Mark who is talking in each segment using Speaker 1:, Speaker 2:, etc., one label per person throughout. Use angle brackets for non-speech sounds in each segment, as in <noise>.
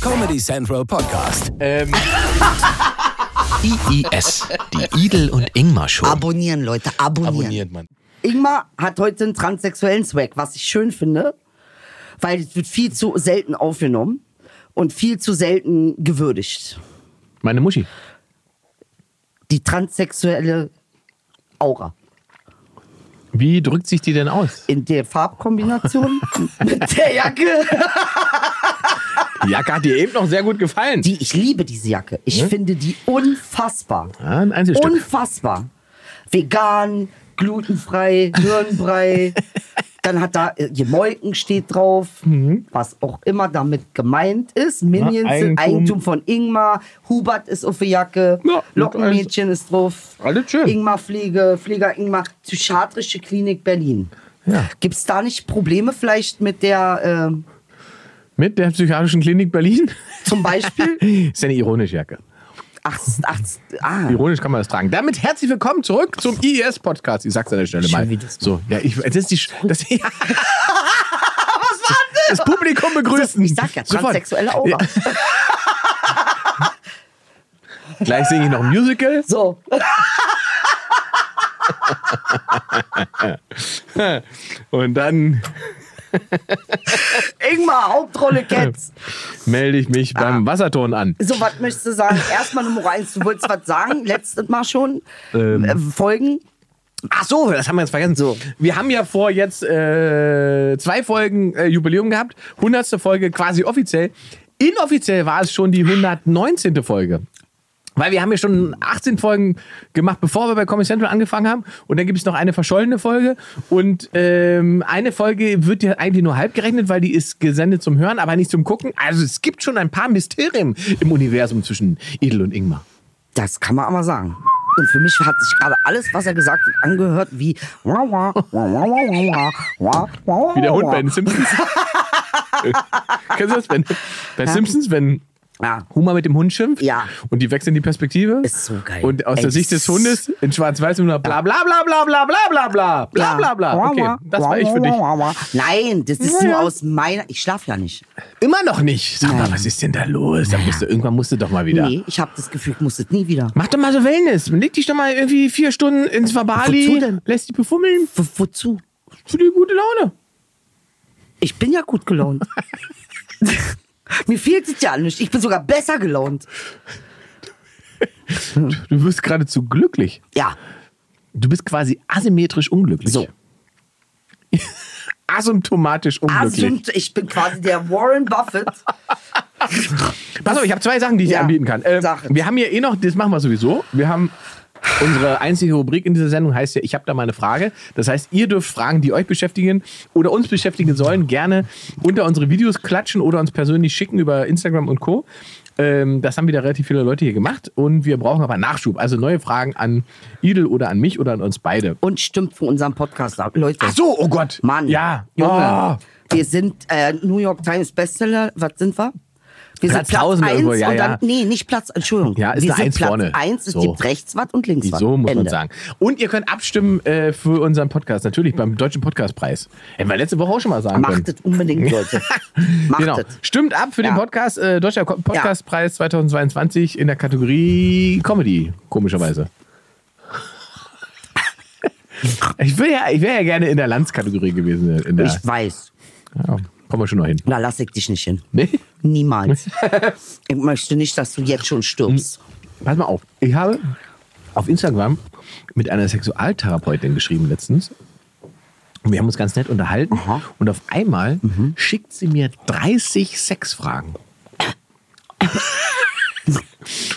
Speaker 1: Comedy Central Podcast.
Speaker 2: Ähm,
Speaker 3: IIS, die Idel und Ingmar Show.
Speaker 4: Abonnieren, Leute, abonnieren.
Speaker 2: abonniert man.
Speaker 4: Ingmar hat heute einen transsexuellen Swag, was ich schön finde, weil es wird viel zu selten aufgenommen und viel zu selten gewürdigt.
Speaker 3: Meine Muschi.
Speaker 4: Die transsexuelle Aura.
Speaker 3: Wie drückt sich die denn aus?
Speaker 4: In der <laughs> Farbkombination mit der Jacke.
Speaker 3: Die Jacke hat dir eben noch sehr gut gefallen.
Speaker 4: Die, ich liebe diese Jacke. Ich finde die unfassbar.
Speaker 3: Ja, ein Einzelstück.
Speaker 4: Unfassbar. Vegan, glutenfrei,
Speaker 3: <laughs>
Speaker 4: Hirnbrei. Dann hat da äh, Gemolken steht drauf, was auch immer damit gemeint ist.
Speaker 3: Mhm.
Speaker 4: Minions
Speaker 3: Na, Eigentum.
Speaker 4: sind Eigentum von Ingmar. Hubert ist auf der Jacke.
Speaker 3: Ja,
Speaker 4: Lockenmädchen ist drauf.
Speaker 3: Alles schön.
Speaker 4: Ingmar Pflege, Pfleger Ingmar. Psychiatrische Klinik Berlin.
Speaker 3: Ja.
Speaker 4: Gibt es da nicht Probleme vielleicht mit der, äh,
Speaker 3: Mit der Psychiatrischen Klinik Berlin. <laughs>
Speaker 4: zum Beispiel?
Speaker 3: Ist ja eine ironische Jacke.
Speaker 4: Ach, ach, ah.
Speaker 3: Ironisch kann man das tragen. Damit herzlich willkommen zurück zum IES-Podcast. Ich sag's an der Stelle
Speaker 4: Schön,
Speaker 3: mal.
Speaker 4: wie das-
Speaker 3: so, ja, ich, das ist die. Sch- Das, ja. Was war das? Das Publikum begrüßen.
Speaker 4: Also, Ich sag ja,
Speaker 3: Sofort.
Speaker 4: transsexuelle Aura.
Speaker 3: Gleich singe ich noch ein
Speaker 4: <laughs>
Speaker 3: Musical.
Speaker 4: So,
Speaker 3: Und dann
Speaker 4: Ingmar, Hauptrolle Cats.
Speaker 3: melde ich mich beim
Speaker 4: Ah.
Speaker 3: Wasserton an.
Speaker 4: So, was möchtest du sagen? Erstmal Nummer eins, du wolltest was sagen, letztes Mal schon.
Speaker 3: Ähm.
Speaker 4: Äh, Folgen.
Speaker 3: Ach so, das haben wir jetzt vergessen. So. Wir haben ja vor jetzt äh, zwei Folgen äh, Jubiläum gehabt. 100. Folge quasi offiziell. Inoffiziell war es schon die 119. Folge. Weil wir haben ja schon 18 Folgen gemacht, bevor wir bei Comedy Central angefangen haben. Und dann gibt es noch eine verschollene Folge. Und ähm, eine Folge wird ja eigentlich nur halb gerechnet, weil die ist gesendet zum Hören, aber nicht zum Gucken. Also es gibt schon ein paar Mysterien im Universum zwischen Edel und Ingmar.
Speaker 4: Das kann man aber sagen. Und für mich hat sich gerade alles, was er gesagt hat, angehört wie. Wie
Speaker 3: Wie der
Speaker 4: Oh.
Speaker 3: Hund bei den Simpsons.
Speaker 4: <laughs>
Speaker 3: Kennst du das? Wenn, bei Simpsons, wenn
Speaker 4: Ja.
Speaker 3: Homer mit dem Hund schimpft
Speaker 4: Ja.
Speaker 3: und die wechseln die Perspektive.
Speaker 4: Ist so geil.
Speaker 3: Und aus
Speaker 4: Ey,
Speaker 3: der Sicht
Speaker 4: das-
Speaker 3: des Hundes in schwarz-weiß immer bla bla bla bla bla bla bla bla bla bla bla. Okay, das war ich für dich.
Speaker 4: dich. Nein, das ist
Speaker 3: Ja, ja.
Speaker 4: nur aus meiner. Ich schlaf ja nicht.
Speaker 3: Immer noch nicht. Sag mal, was ist denn da los? Da musst du, irgendwann musst du doch mal wieder.
Speaker 4: Nee, ich habe das Gefühl, ich muss das nie wieder.
Speaker 3: Mach doch mal so Wellness. Leg dich doch mal irgendwie vier Stunden ins
Speaker 4: Wozu
Speaker 3: Verbali.
Speaker 4: denn?
Speaker 3: Lässt dich befummeln.
Speaker 4: Wo- wozu?
Speaker 3: Für die gute Laune.
Speaker 4: Ich bin ja gut
Speaker 3: <laughs>
Speaker 4: gelaunt. Mir fehlt es ja nicht. Ich bin sogar besser gelaunt.
Speaker 3: Du wirst geradezu glücklich.
Speaker 4: Ja,
Speaker 3: Du bist quasi asymmetrisch unglücklich.
Speaker 4: So.
Speaker 3: <laughs> Asymptomatisch unglücklich.
Speaker 4: Asympt also ich bin quasi der Warren Buffett.
Speaker 3: Pass auf, ich habe zwei Sachen, die ich
Speaker 4: Ja,
Speaker 3: dir anbieten kann. Äh,
Speaker 4: Sache.
Speaker 3: wir haben hier eh noch, das machen wir sowieso. Wir haben unsere einzige Rubrik in dieser Sendung heißt ja, ich habe da mal eine Frage. Das heißt, ihr dürft Fragen, die euch beschäftigen oder uns beschäftigen sollen, gerne unter unsere Videos klatschen oder uns persönlich schicken über Instagram und Co. Ähm, das haben wieder relativ viele Leute hier gemacht und wir brauchen aber Nachschub. Also neue Fragen an Idel oder an mich oder an uns beide.
Speaker 4: Und stimmt von unserem Podcast ab. Leute,
Speaker 3: Ach so, oh Gott.
Speaker 4: Mann.
Speaker 3: Ja.
Speaker 4: Junge,
Speaker 3: Oh.
Speaker 4: Wir sind äh, New York Times Bestseller. Was sind wir? Wir
Speaker 3: Platz 1000
Speaker 4: eins
Speaker 3: irgendwo, ja,
Speaker 4: und dann,
Speaker 3: ja.
Speaker 4: Nee, nicht Platz, Entschuldigung.
Speaker 3: Ja, ist
Speaker 4: wir
Speaker 3: eine
Speaker 4: sind
Speaker 3: Eins
Speaker 4: Platz
Speaker 3: vorne.
Speaker 4: Eins, es
Speaker 3: So.
Speaker 4: gibt rechts was und links was.
Speaker 3: So muss man
Speaker 4: Ende.
Speaker 3: sagen. Und ihr könnt abstimmen äh, für unseren Podcast, natürlich beim Deutschen Podcastpreis. Hätten wir letzte Woche auch schon mal sagen können.
Speaker 4: Macht es unbedingt,
Speaker 3: <laughs>
Speaker 4: Leute. Macht
Speaker 3: Genau.
Speaker 4: es.
Speaker 3: Stimmt ab für den
Speaker 4: Ja.
Speaker 3: Podcast, äh, Deutscher Ko- Podcastpreis 2022 in der Kategorie Comedy,
Speaker 4: <laughs>
Speaker 3: komischerweise. Ich wäre ja, ich wär ja gerne in der Landskategorie gewesen. In der,
Speaker 4: Ich weiß.
Speaker 3: ja, kommen wir schon noch hin.
Speaker 4: Da lasse ich dich nicht hin.
Speaker 3: Nee? <laughs>
Speaker 4: Niemals. ich möchte nicht, dass du jetzt schon
Speaker 3: Hm.
Speaker 4: stirbst.
Speaker 3: Pass mal auf. Ich habe auf Instagram mit einer Sexualtherapeutin geschrieben letztens. Und wir haben uns ganz nett unterhalten.
Speaker 4: Aha. Mhm.
Speaker 3: Und auf einmal schickt sie mir 30 Sexfragen.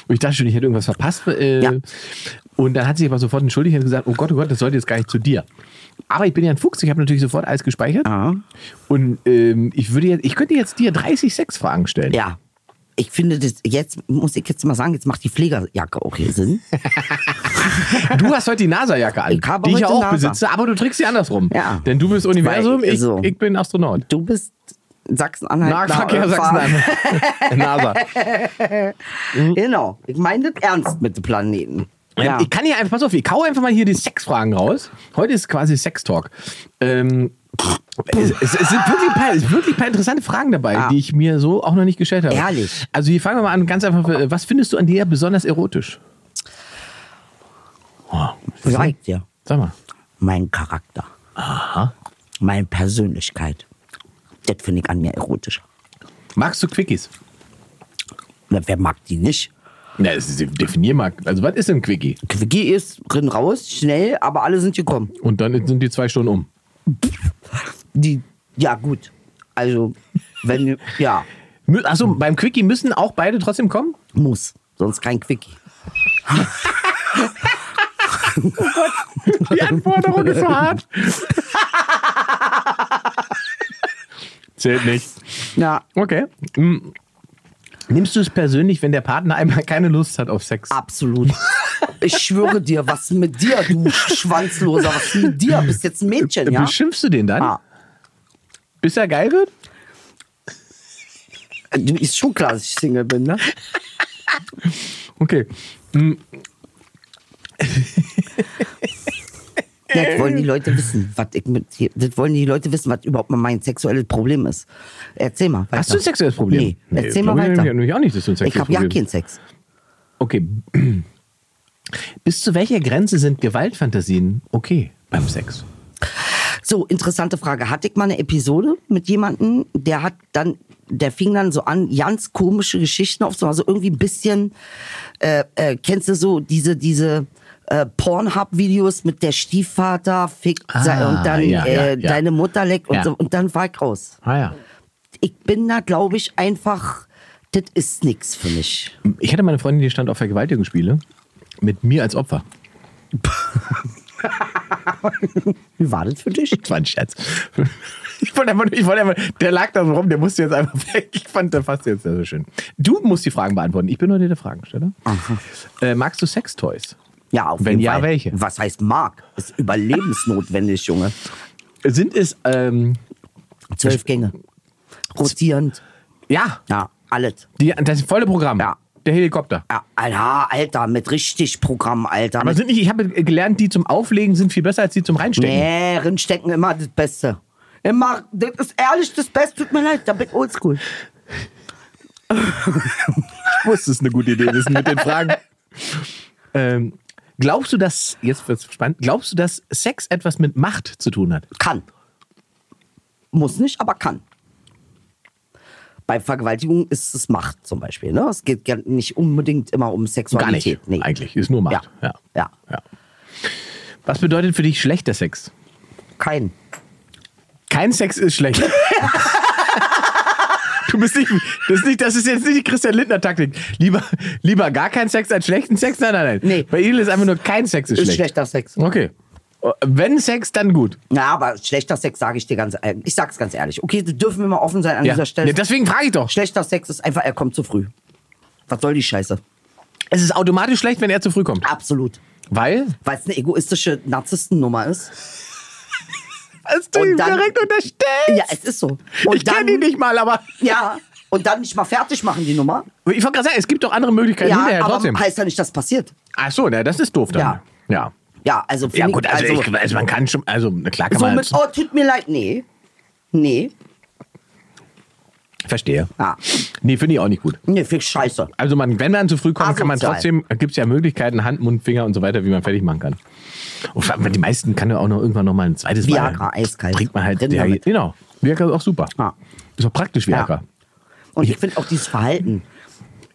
Speaker 3: Und ich dachte schon, ich hätte irgendwas verpasst. Äh,
Speaker 4: Ja.
Speaker 3: Und dann hat sie sich aber sofort entschuldigt und gesagt, oh Gott, oh Gott, das sollte jetzt gar nicht zu dir. Aber ich bin ja ein Fuchs, ich habe natürlich sofort alles gespeichert.
Speaker 4: Ah.
Speaker 3: Und ähm, ich, würde jetzt, ich könnte jetzt dir 30 Sexfragen stellen.
Speaker 4: Ja. Ich finde, das, jetzt muss ich jetzt mal sagen, jetzt macht die Pflegerjacke auch hier Sinn.
Speaker 3: Du hast heute die NASA-Jacke an,
Speaker 4: Ich habe
Speaker 3: die ich ja
Speaker 4: heute
Speaker 3: auch
Speaker 4: NASA.
Speaker 3: besitze, aber du trägst sie andersrum.
Speaker 4: Ja.
Speaker 3: Denn du bist Universum,
Speaker 4: Weil,
Speaker 3: ich,
Speaker 4: so. Halt
Speaker 3: ich bin Astronaut.
Speaker 4: Du bist Sachsen-Anhalt.
Speaker 3: Nahverkehr
Speaker 4: Blau- <laughs>
Speaker 3: Sachsen-Anhalt. NASA.
Speaker 4: Genau. Ich meine das ernst mit dem Planeten. Ja.
Speaker 3: Ich kann hier einfach, pass auf, ich kau einfach mal hier die Sexfragen raus. Heute ist quasi Sextalk. Ähm, Es, es, es sind wirklich ein, paar, es sind wirklich ein paar interessante Fragen dabei,
Speaker 4: Ah.
Speaker 3: die ich mir so auch noch nicht gestellt habe.
Speaker 4: Ehrlich?
Speaker 3: Also hier fangen wir mal an, ganz einfach, was findest du an dir besonders erotisch? Oh,
Speaker 4: Sag ich dir.
Speaker 3: sag mal.
Speaker 4: Mein Charakter. Meine Persönlichkeit. Das finde ich an mir erotisch.
Speaker 3: Magst du Quickies?
Speaker 4: Na, Wer mag die nicht?
Speaker 3: Na, das ist, definier mal. Also was ist denn ein Quickie?
Speaker 4: Quickie ist drin raus, schnell, aber alle sind gekommen.
Speaker 3: Und dann sind die zwei Stunden um.
Speaker 4: Die, ja gut. Also, wenn, ja,
Speaker 3: Mü- Achso, beim Quickie müssen auch beide trotzdem kommen?
Speaker 4: muss. Sonst kein Quickie.
Speaker 3: Die Anforderung ist so hart. <laughs> Zählt nicht.
Speaker 4: Ja,
Speaker 3: Okay. Hm. Nimmst du es persönlich, wenn der Partner einmal keine Lust hat auf Sex?
Speaker 4: absolut. Ich schwöre dir, was mit dir, du Schwanzloser, was mit dir? Bist jetzt ein Mädchen, ja?
Speaker 3: Äh, Beschimpfst du den dann?
Speaker 4: Ah,
Speaker 3: Bis er geil wird?
Speaker 4: du ist schon klar, dass ich Single bin, ne?
Speaker 3: Okay.
Speaker 4: Ja, Das wollen die Leute wissen, was ich mit hier, das wollen die Leute wissen, was überhaupt mal mein sexuelles Problem ist. Erzähl mal. Weiter.
Speaker 3: Hast du ein sexuelles Problem?
Speaker 4: Nee, erzähl mal
Speaker 3: glaub Ich
Speaker 4: weiter.
Speaker 3: nämlich- nämlich auch nicht, dass du ein
Speaker 4: Ich
Speaker 3: sexuelles
Speaker 4: habe ja
Speaker 3: Problem
Speaker 4: keinen Sex.
Speaker 3: Okay. <clears throat> Bis zu welcher Grenze sind Gewaltfantasien okay beim Sex?
Speaker 4: So, interessante Frage. Hatte ich mal eine Episode mit jemandem, der hat dann, der fing dann so an, ganz komische Geschichten auf, so also irgendwie ein bisschen, äh, äh, kennst du so diese, diese äh, Pornhub-Videos mit der Stiefvater fickt
Speaker 3: Ah,
Speaker 4: sei- und dann
Speaker 3: ja,
Speaker 4: äh,
Speaker 3: ja, ja.
Speaker 4: deine Mutter leckt und
Speaker 3: Ja.
Speaker 4: so und dann war ich raus.
Speaker 3: Ah ja.
Speaker 4: Ich bin da, glaube ich, einfach, das ist nix für mich.
Speaker 3: Ich hatte meine Freundin, die stand auf Vergewaltigungsspiele. Mit mir als Opfer.
Speaker 4: Wie war das
Speaker 3: <laughs>
Speaker 4: für dich?
Speaker 3: Das war ein Scherz. Ich wollte einfach, ich wollte einfach, der lag da so rum, der musste jetzt einfach weg. Ich fand, der passt jetzt sehr, sehr schön. Du musst die Fragen beantworten. Ich bin heute der Fragensteller. Äh, magst du Sextoys?
Speaker 4: Ja, auf
Speaker 3: Wenn
Speaker 4: jeden
Speaker 3: ja,
Speaker 4: Fall.
Speaker 3: welche?
Speaker 4: Was heißt mag? Ist überlebensnotwendig,
Speaker 3: <laughs>
Speaker 4: Junge.
Speaker 3: Sind es, ähm,
Speaker 4: Zwölf Gänge. Rotierend.
Speaker 3: ja,
Speaker 4: Ja, alles.
Speaker 3: die, das volle Programm.
Speaker 4: Ja.
Speaker 3: Der Helikopter.
Speaker 4: Ja, Alter, Alter, mit richtig Programm, Alter.
Speaker 3: Aber
Speaker 4: mit
Speaker 3: sind nicht, ich habe gelernt, die zum Auflegen sind viel besser als die zum Reinstecken.
Speaker 4: nee, Rindstecken immer das Beste. Immer, das ist ehrlich das Beste, tut mir leid, da bin ich oldschool.
Speaker 3: Ich wusste es eine gute Idee ist mit den Fragen. ähm, glaubst du, dass, jetzt wird's spannend, glaubst du, dass Sex etwas mit Macht zu tun hat?
Speaker 4: Kann. Muss nicht, aber kann. Bei Vergewaltigung ist es Macht zum Beispiel. Ne? Es geht ja nicht unbedingt immer um
Speaker 3: Gar nicht.
Speaker 4: Sexualität. nee.
Speaker 3: Eigentlich. Ist nur Macht.
Speaker 4: Ja. Ja.
Speaker 3: Ja. Was bedeutet für dich schlechter Sex?
Speaker 4: Kein.
Speaker 3: Kein Sex ist schlecht. <laughs> Du bist nicht, das ist nicht, das ist jetzt nicht die Christian Lindner Taktik. Lieber, lieber gar kein Sex als schlechten Sex? Nein, nein, nein.
Speaker 4: Nee.
Speaker 3: Bei Ihnen ist einfach nur kein Sex ist,
Speaker 4: Ist
Speaker 3: schlecht. Hm.
Speaker 4: schlechter Sex.
Speaker 3: Okay. Wenn Sex, dann gut.
Speaker 4: Na, aber schlechter Sex sage ich dir ganz ehrlich. Ich sag's ganz ehrlich. Okay, da dürfen wir mal offen sein an
Speaker 3: Ja.
Speaker 4: dieser
Speaker 3: Ja,
Speaker 4: Stelle.
Speaker 3: deswegen frage ich doch.
Speaker 4: schlechter Sex ist einfach, er kommt zu früh. Was soll die Scheiße?
Speaker 3: Es ist automatisch schlecht, wenn er zu früh kommt.
Speaker 4: Absolut.
Speaker 3: Weil?
Speaker 4: Weil es eine egoistische Narzisstennummer ist.
Speaker 3: Was
Speaker 4: du ihm direkt
Speaker 3: unterstellst?
Speaker 4: Ja, es ist so. Und
Speaker 3: ich
Speaker 4: dann,
Speaker 3: kenne ihn nicht mal, aber.
Speaker 4: Ja. Und dann nicht mal fertig machen, die Nummer.
Speaker 3: Ich wollte gerade sagen, es gibt doch andere Möglichkeiten
Speaker 4: Ja,
Speaker 3: hinterher
Speaker 4: aber halt-
Speaker 3: trotzdem.
Speaker 4: heißt ja nicht, dass passiert.
Speaker 3: Ach so, na, das ist doof dann. Ja.
Speaker 4: Ja, also für
Speaker 3: Ja,
Speaker 4: mich-
Speaker 3: gut, also, ich, also man kann schon, also na klar kann
Speaker 4: so
Speaker 3: man.
Speaker 4: mit, oh, tut mir leid, nee. Nee.
Speaker 3: verstehe.
Speaker 4: Ja.
Speaker 3: Nee, finde ich auch nicht gut.
Speaker 4: Nee, viel Scheiße.
Speaker 3: Also man, wenn man zu früh kommt, kann man
Speaker 4: Asozial.
Speaker 3: trotzdem, gibt es ja Möglichkeiten, Hand, Mund, Finger und so weiter, wie man fertig machen kann. Und vor allem, die meisten kann ja auch noch irgendwann noch mal ein zweites
Speaker 4: Viagra,
Speaker 3: Mal.
Speaker 4: eiskalt.
Speaker 3: Trinkt man halt.
Speaker 4: Drin
Speaker 3: Ja,
Speaker 4: damit.
Speaker 3: genau. Viagra ist auch super.
Speaker 4: Ja.
Speaker 3: Ist auch praktisch Viagra.
Speaker 4: Ja. Und ich finde auch dieses Verhalten.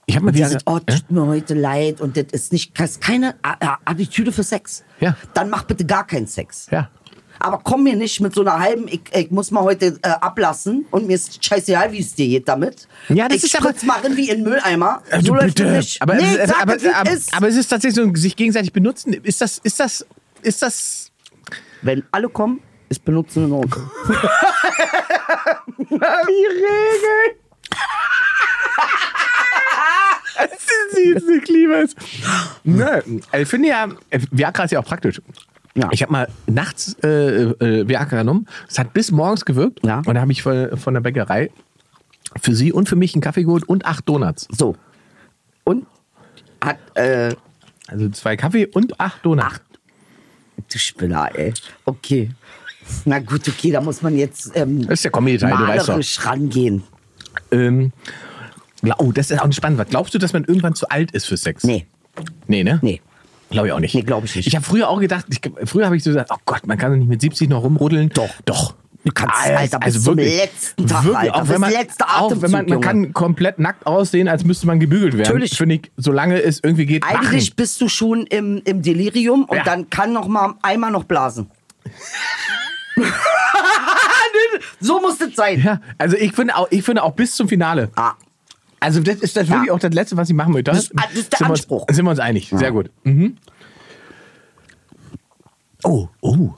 Speaker 3: Ich habe mal
Speaker 4: Und
Speaker 3: Viagra.
Speaker 4: dieses, oh, tut mir heute leid und das ist nicht, das ist keine A- A- Attitüde für Sex.
Speaker 3: Ja.
Speaker 4: Dann mach bitte gar keinen Sex.
Speaker 3: ja.
Speaker 4: Aber komm mir nicht mit so einer halben, ich, ich muss mal heute äh, ablassen und mir ist scheißegal, wie es dir geht damit.
Speaker 3: Ja, das
Speaker 4: ich
Speaker 3: ist aber-
Speaker 4: spritz mal rein wie in den Mülleimer.
Speaker 3: Also
Speaker 4: läuft
Speaker 3: bitte.
Speaker 4: das nicht.
Speaker 3: Aber,
Speaker 4: nee,
Speaker 3: es ist,
Speaker 4: ich sag,
Speaker 3: aber,
Speaker 4: das, wie es
Speaker 3: aber,
Speaker 4: ist.
Speaker 3: aber es ist tatsächlich so, sich gegenseitig benutzen. Ist das, ist das, ist das.
Speaker 4: Wenn alle kommen, ist benutzen in Ordnung.
Speaker 3: Die Regel! <laughs> Ich liebe es. Nö, Ne, ich finde ja, Viagra ist ja auch praktisch.
Speaker 4: Ja.
Speaker 3: Ich habe mal nachts äh, äh, Viagra genommen. Es hat bis morgens gewirkt.
Speaker 4: Ja.
Speaker 3: Und da habe ich von, von der Bäckerei für sie und für mich einen Kaffee geholt und acht Donuts.
Speaker 4: So. Und hat, äh,
Speaker 3: Also zwei Kaffee und acht Donuts.
Speaker 4: Acht. du Spinner, ey. Okay. Na gut, okay, da muss man jetzt ähm,
Speaker 3: Das ist der Comedy-Teil, du weißt doch.
Speaker 4: malerisch rangehen.
Speaker 3: Ähm, gla- oh, das ist auch spannend. Was glaubst du, dass man irgendwann zu alt ist für Sex?
Speaker 4: Nee,
Speaker 3: Nee, ne?
Speaker 4: nee.
Speaker 3: Glaube ich auch nicht.
Speaker 4: Nee, glaub ich nicht.
Speaker 3: Ich habe früher auch gedacht, ich, früher habe ich so gesagt, oh Gott, man kann doch nicht mit 70 noch rumruddeln. Doch, doch. also
Speaker 4: Du kannst, Alter, bis zum letzten Tag,
Speaker 3: wirklich,
Speaker 4: Alter,
Speaker 3: auch
Speaker 4: bis
Speaker 3: wenn man,
Speaker 4: letzter
Speaker 3: auch wenn man,
Speaker 4: Atemzug,
Speaker 3: man kann komplett nackt aussehen, als müsste man gebügelt werden.
Speaker 4: Natürlich.
Speaker 3: Finde ich, solange es irgendwie geht,
Speaker 4: Eigentlich bist du schon im, im Delirium und
Speaker 3: Ja.
Speaker 4: dann kann noch mal einmal
Speaker 3: <laughs>
Speaker 4: noch blasen. so muss das sein.
Speaker 3: machen. Ja, also ich finde auch, ich finde auch bis zum Finale.
Speaker 4: Ah,
Speaker 3: Also das ist das
Speaker 4: Ja.
Speaker 3: wirklich auch das Letzte, was ich machen möchte.
Speaker 4: Das- das ist der
Speaker 3: sind
Speaker 4: Anspruch.
Speaker 3: Wir uns, sind wir uns einig. Sehr gut. Mhm. Oh, oh.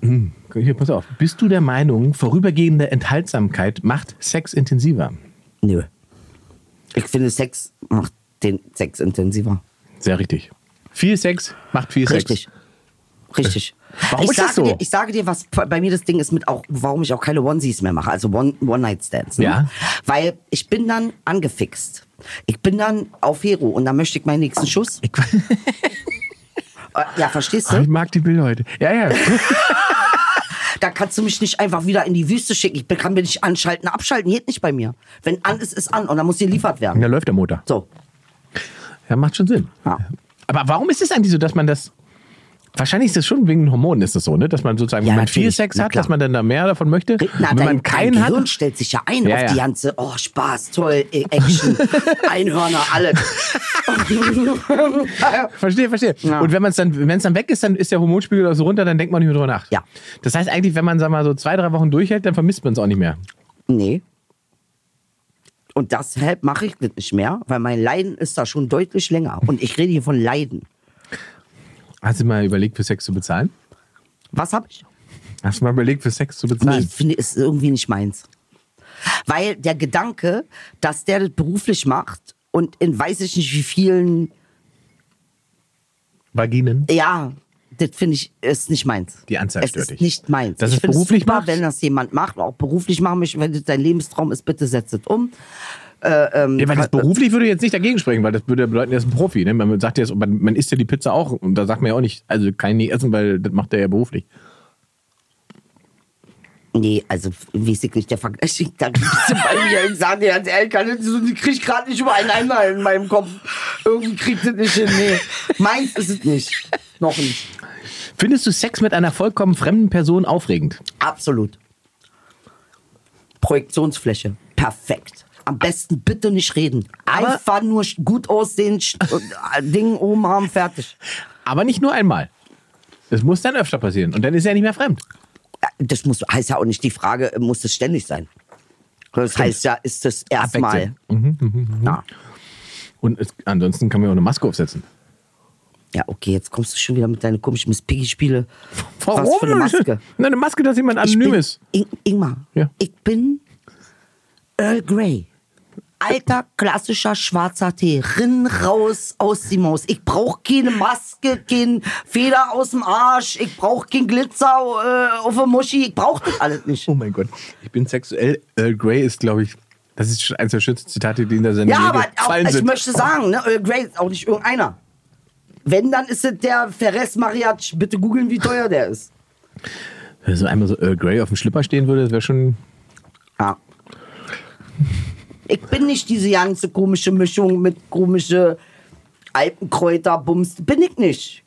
Speaker 3: Mhm. Hier, pass auf. Bist du der Meinung, vorübergehende Enthaltsamkeit macht Sex intensiver?
Speaker 4: nö. Ich finde, Sex macht den Sex intensiver.
Speaker 3: Sehr richtig. Viel Sex macht viel
Speaker 4: Richtig.
Speaker 3: Sex. Äh,
Speaker 4: Richtig.
Speaker 3: Warum
Speaker 4: ich
Speaker 3: ist das
Speaker 4: sage
Speaker 3: so?
Speaker 4: Dir, ich sage dir, was bei mir das Ding ist mit auch, warum ich auch keine Onesies mehr mache, also One- One-Night-Stands. ne?
Speaker 3: Ja.
Speaker 4: Weil ich bin dann angefixt. Ich bin dann auf Hero und dann möchte ich meinen
Speaker 3: Ah,
Speaker 4: nächsten Schuss.
Speaker 3: <laughs>
Speaker 4: Äh, ja, verstehst
Speaker 3: Ah, Ich
Speaker 4: du?
Speaker 3: mag die Bilder heute. Ja,
Speaker 4: <laughs>
Speaker 3: ja.
Speaker 4: Da kannst du mich nicht einfach wieder in die Wüste schicken. Ich kann mir nicht anschalten, abschalten, geht nicht bei mir. Wenn an ist, ist an und dann muss geliefert werden.
Speaker 3: da läuft der Motor.
Speaker 4: So.
Speaker 3: Ja, macht schon Sinn.
Speaker 4: Ja.
Speaker 3: Aber warum ist es eigentlich so, dass man das. Wahrscheinlich ist das schon wegen den Hormonen, ist das so, ne? Dass man sozusagen,
Speaker 4: Ja,
Speaker 3: wenn man
Speaker 4: natürlich.
Speaker 3: viel Sex
Speaker 4: Na
Speaker 3: hat,
Speaker 4: klar.
Speaker 3: dass man dann da mehr davon möchte.
Speaker 4: Na,
Speaker 3: Und wenn
Speaker 4: dein,
Speaker 3: man
Speaker 4: dein
Speaker 3: keinen
Speaker 4: Gehirn
Speaker 3: hat.
Speaker 4: stellt sich ja ein
Speaker 3: Ja,
Speaker 4: auf
Speaker 3: ja.
Speaker 4: die ganze, oh Spaß, toll, äh,
Speaker 3: <laughs>
Speaker 4: Action, Einhörner, alle.
Speaker 3: Verstehe, verstehe.
Speaker 4: Ja.
Speaker 3: Und wenn man es dann, wenn es dann weg ist, dann ist der Hormonspiegel auch so runter, dann denkt man nicht mehr drüber nach.
Speaker 4: Ja.
Speaker 3: Das heißt eigentlich, wenn man sag mal so zwei, drei Wochen durchhält, dann vermisst man es auch nicht mehr.
Speaker 4: nee. Und deshalb mache ich das nicht mehr, weil mein Leiden ist da schon deutlich länger. Und ich rede hier von Leiden.
Speaker 3: Hast du mal überlegt, für Sex zu bezahlen?
Speaker 4: Was habe ich?
Speaker 3: Hast du mal überlegt, für Sex zu
Speaker 4: Nee,
Speaker 3: bezahlen?
Speaker 4: ich finde, ist irgendwie nicht meins. Weil der Gedanke, dass der das beruflich macht und in weiß ich nicht wie vielen,
Speaker 3: Vaginen?
Speaker 4: ja, das finde ich, ist nicht meins.
Speaker 3: Die Anzahl
Speaker 4: Es
Speaker 3: stört
Speaker 4: ist
Speaker 3: dich.
Speaker 4: nicht meins.
Speaker 3: Dass
Speaker 4: ich
Speaker 3: es
Speaker 4: finde
Speaker 3: beruflich
Speaker 4: super,
Speaker 3: machst?
Speaker 4: wenn das jemand macht, auch beruflich machen möchte, wenn das dein Lebenstraum ist, bitte setzt es um. Äh, ähm,
Speaker 3: Ja, weil das beruflich würde ich jetzt nicht dagegen sprechen, weil das würde bedeuten, er ist ein Profi. Ne? Man sagt ja, so, man, man isst ja die Pizza auch und da sagt man ja auch nicht, also kann ich nicht essen, weil das macht er ja beruflich.
Speaker 4: Nee, also weiß ich nicht, der Vergleich <laughs> liegt da ein bisschen bei mir. Ich sage dir ganz ehrlich, kann ich, so, die krieg ich gerade nicht über einen Einmal in meinem Kopf. Irgendwie kriegt das nicht hin. Nee, meins ist es nicht. Noch nicht.
Speaker 3: Findest du Sex mit einer vollkommen fremden Person aufregend?
Speaker 4: Absolut. Projektionsfläche. Perfekt. Am besten bitte nicht reden.
Speaker 3: Aber-
Speaker 4: Einfach nur sch- gut aussehen, sch- und, äh, Ding oben haben, fertig.
Speaker 3: Aber nicht nur einmal. Es muss dann öfter passieren und dann ist er nicht mehr fremd.
Speaker 4: Ja, Das muss, heißt ja auch nicht die Frage, äh, muss es ständig sein. Das heißt ja, ist das erstmal.
Speaker 3: Abwechseln. Mhm,
Speaker 4: Ja.
Speaker 3: Und es, ansonsten kann man ja auch eine Maske aufsetzen.
Speaker 4: ja, okay, jetzt kommst du schon wieder mit deinen komischen Miss Piggy-Spiele.
Speaker 3: Warum?
Speaker 4: Was für <laughs> eine Maske.
Speaker 3: Na, eine Maske, dass jemand
Speaker 4: Ich
Speaker 3: anonym
Speaker 4: bin,
Speaker 3: ist.
Speaker 4: In, Ingmar,
Speaker 3: Ja.
Speaker 4: ich bin Earl Grey. Alter, klassischer schwarzer Tee. Rinn raus aus die Maus. Ich brauche keine Maske, kein Feder aus dem Arsch. Ich brauche kein Glitzer äh, auf der Muschi. Ich brauche das alles nicht.
Speaker 3: Oh mein Gott, ich bin sexuell. Earl Grey ist, glaube ich, das ist schon eines der schönsten Zitate, die in der Sendung
Speaker 4: Ja,
Speaker 3: je
Speaker 4: aber auch,
Speaker 3: gefallen
Speaker 4: ich
Speaker 3: sind.
Speaker 4: möchte sagen, ne, Earl Grey ist auch nicht irgendeiner. Wenn, dann ist es der Ferres Mariachi. Bitte googeln, wie teuer der ist.
Speaker 3: Wenn so einmal so Earl Grey auf dem Schlipper stehen würde, das wäre schon <laughs>
Speaker 4: Ja. Ich bin nicht diese ganze komische Mischung mit komische Alpenkräuter, Bums. Bin ich nicht.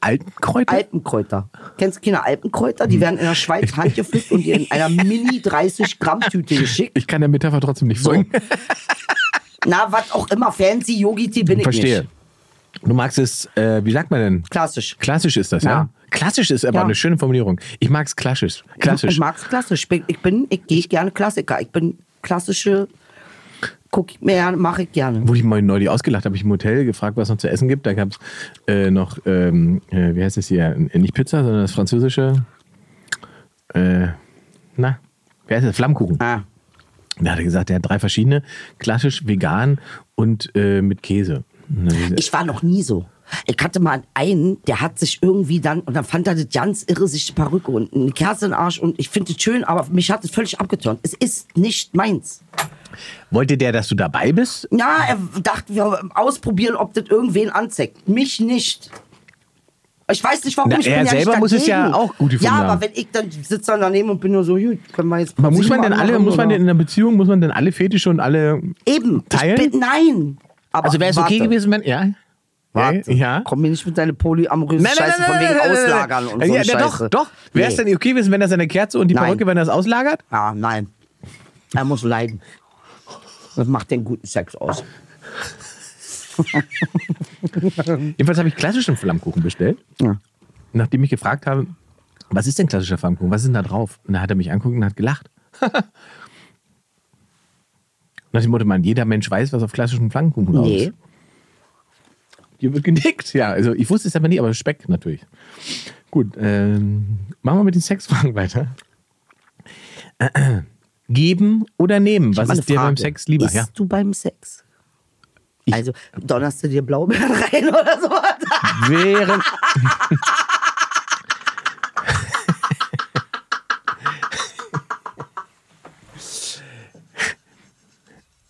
Speaker 3: Altenkräuter.
Speaker 4: Alpenkräuter. Kennst du keine Alpenkräuter? Die werden in
Speaker 3: <laughs>
Speaker 4: der Schweiz handgepflückt und dir in einer Mini 30 Gramm Tüte geschickt.
Speaker 3: ich kann der Metapher trotzdem nicht folgen.
Speaker 4: Na, was auch immer. Fancy Yogi-Tee bin ich
Speaker 3: Verstehe.
Speaker 4: nicht.
Speaker 3: Du magst es, äh, wie sagt man denn?
Speaker 4: Klassisch.
Speaker 3: Klassisch ist das, ja?
Speaker 4: Ja.
Speaker 3: Klassisch ist aber
Speaker 4: Ja.
Speaker 3: eine schöne Formulierung. Ich mag es klassisch.
Speaker 4: Ich
Speaker 3: Klassisch.
Speaker 4: mag's klassisch. Ich bin, ich, bin, ich gehe gerne Klassiker. Ich bin klassische, guck ich mir gerne, mache ich gerne.
Speaker 3: Wurde ich mal neulich ausgelacht, habe ich im Hotel gefragt, was es noch zu essen gibt. Da gab es äh, noch, ähm, äh, wie heißt es hier, N- nicht Pizza, sondern das französische, äh, na, wie heißt das, Flammkuchen.
Speaker 4: Ah,
Speaker 3: Da hat er gesagt, er hat drei verschiedene, klassisch, vegan und äh, mit Käse. Und dann hab ich gesagt,
Speaker 4: Ich war noch nie so. Ich hatte mal einen, der hat sich irgendwie dann, und dann fand er das ganz irre, sich die Perücke und eine Kerze in den Arsch und ich finde es schön, aber mich hat es völlig abgeturnt. Es ist nicht meins.
Speaker 3: Wollte der, dass du dabei bist?
Speaker 4: Ja, er dachte, wir ausprobieren, ob das irgendwen anzeigt. Mich nicht. Ich weiß nicht, warum
Speaker 3: Na,
Speaker 4: ich bin
Speaker 3: er
Speaker 4: ja
Speaker 3: selber
Speaker 4: nicht
Speaker 3: muss es
Speaker 4: dagegen.
Speaker 3: ja auch gut gefunden
Speaker 4: Ja, aber
Speaker 3: haben.
Speaker 4: wenn ich dann sitze dann daneben und bin nur so, gut, können wir jetzt.
Speaker 3: Aber muss man
Speaker 4: Sieben
Speaker 3: denn alle,
Speaker 4: anmachen,
Speaker 3: muss man
Speaker 4: oder?
Speaker 3: denn in einer Beziehung, muss man denn alle Fetische und alle.
Speaker 4: Eben.
Speaker 3: Teilen?
Speaker 4: Ich bin, nein. Aber
Speaker 3: Also wäre es okay
Speaker 4: warte,
Speaker 3: gewesen, wenn. Ja.
Speaker 4: Warte.
Speaker 3: Ja.
Speaker 4: Komm mir nicht mit deiner polyamorösen Scheiße von wegen Auslagern und so
Speaker 3: Ja,
Speaker 4: eine
Speaker 3: na,
Speaker 4: Scheiße.
Speaker 3: Doch, doch. Wäre es
Speaker 4: Nee.
Speaker 3: denn okay gewesen, wenn er seine Kerze und die
Speaker 4: Nein.
Speaker 3: Perücke, wenn er das auslagert?
Speaker 4: Ja, Ah, nein. Er muss leiden. Das macht den guten Sex aus.
Speaker 3: Jedenfalls habe ich klassischen Flammkuchen bestellt.
Speaker 4: Ja.
Speaker 3: Nachdem ich gefragt habe, was ist denn klassischer Flammkuchen? Was ist denn da drauf? Und da hat er mich angeguckt und hat gelacht. <laughs> Nach dem Motto, man, jeder Mensch weiß, was auf klassischem Flammkuchen drauf
Speaker 4: Nee.
Speaker 3: ist. Hier wird genickt, ja. Also ich wusste es aber nicht, aber Speck natürlich. Gut, ähm, machen wir mit den Sexfragen weiter. <clears throat> Geben oder nehmen? Was
Speaker 4: Mal eine
Speaker 3: ist dir beim
Speaker 4: Frage.
Speaker 3: Sex lieber?
Speaker 4: Isst
Speaker 3: Ja.
Speaker 4: du beim Sex? also, donnerst du dir Blaubeeren <laughs> rein oder sowas?
Speaker 3: Während.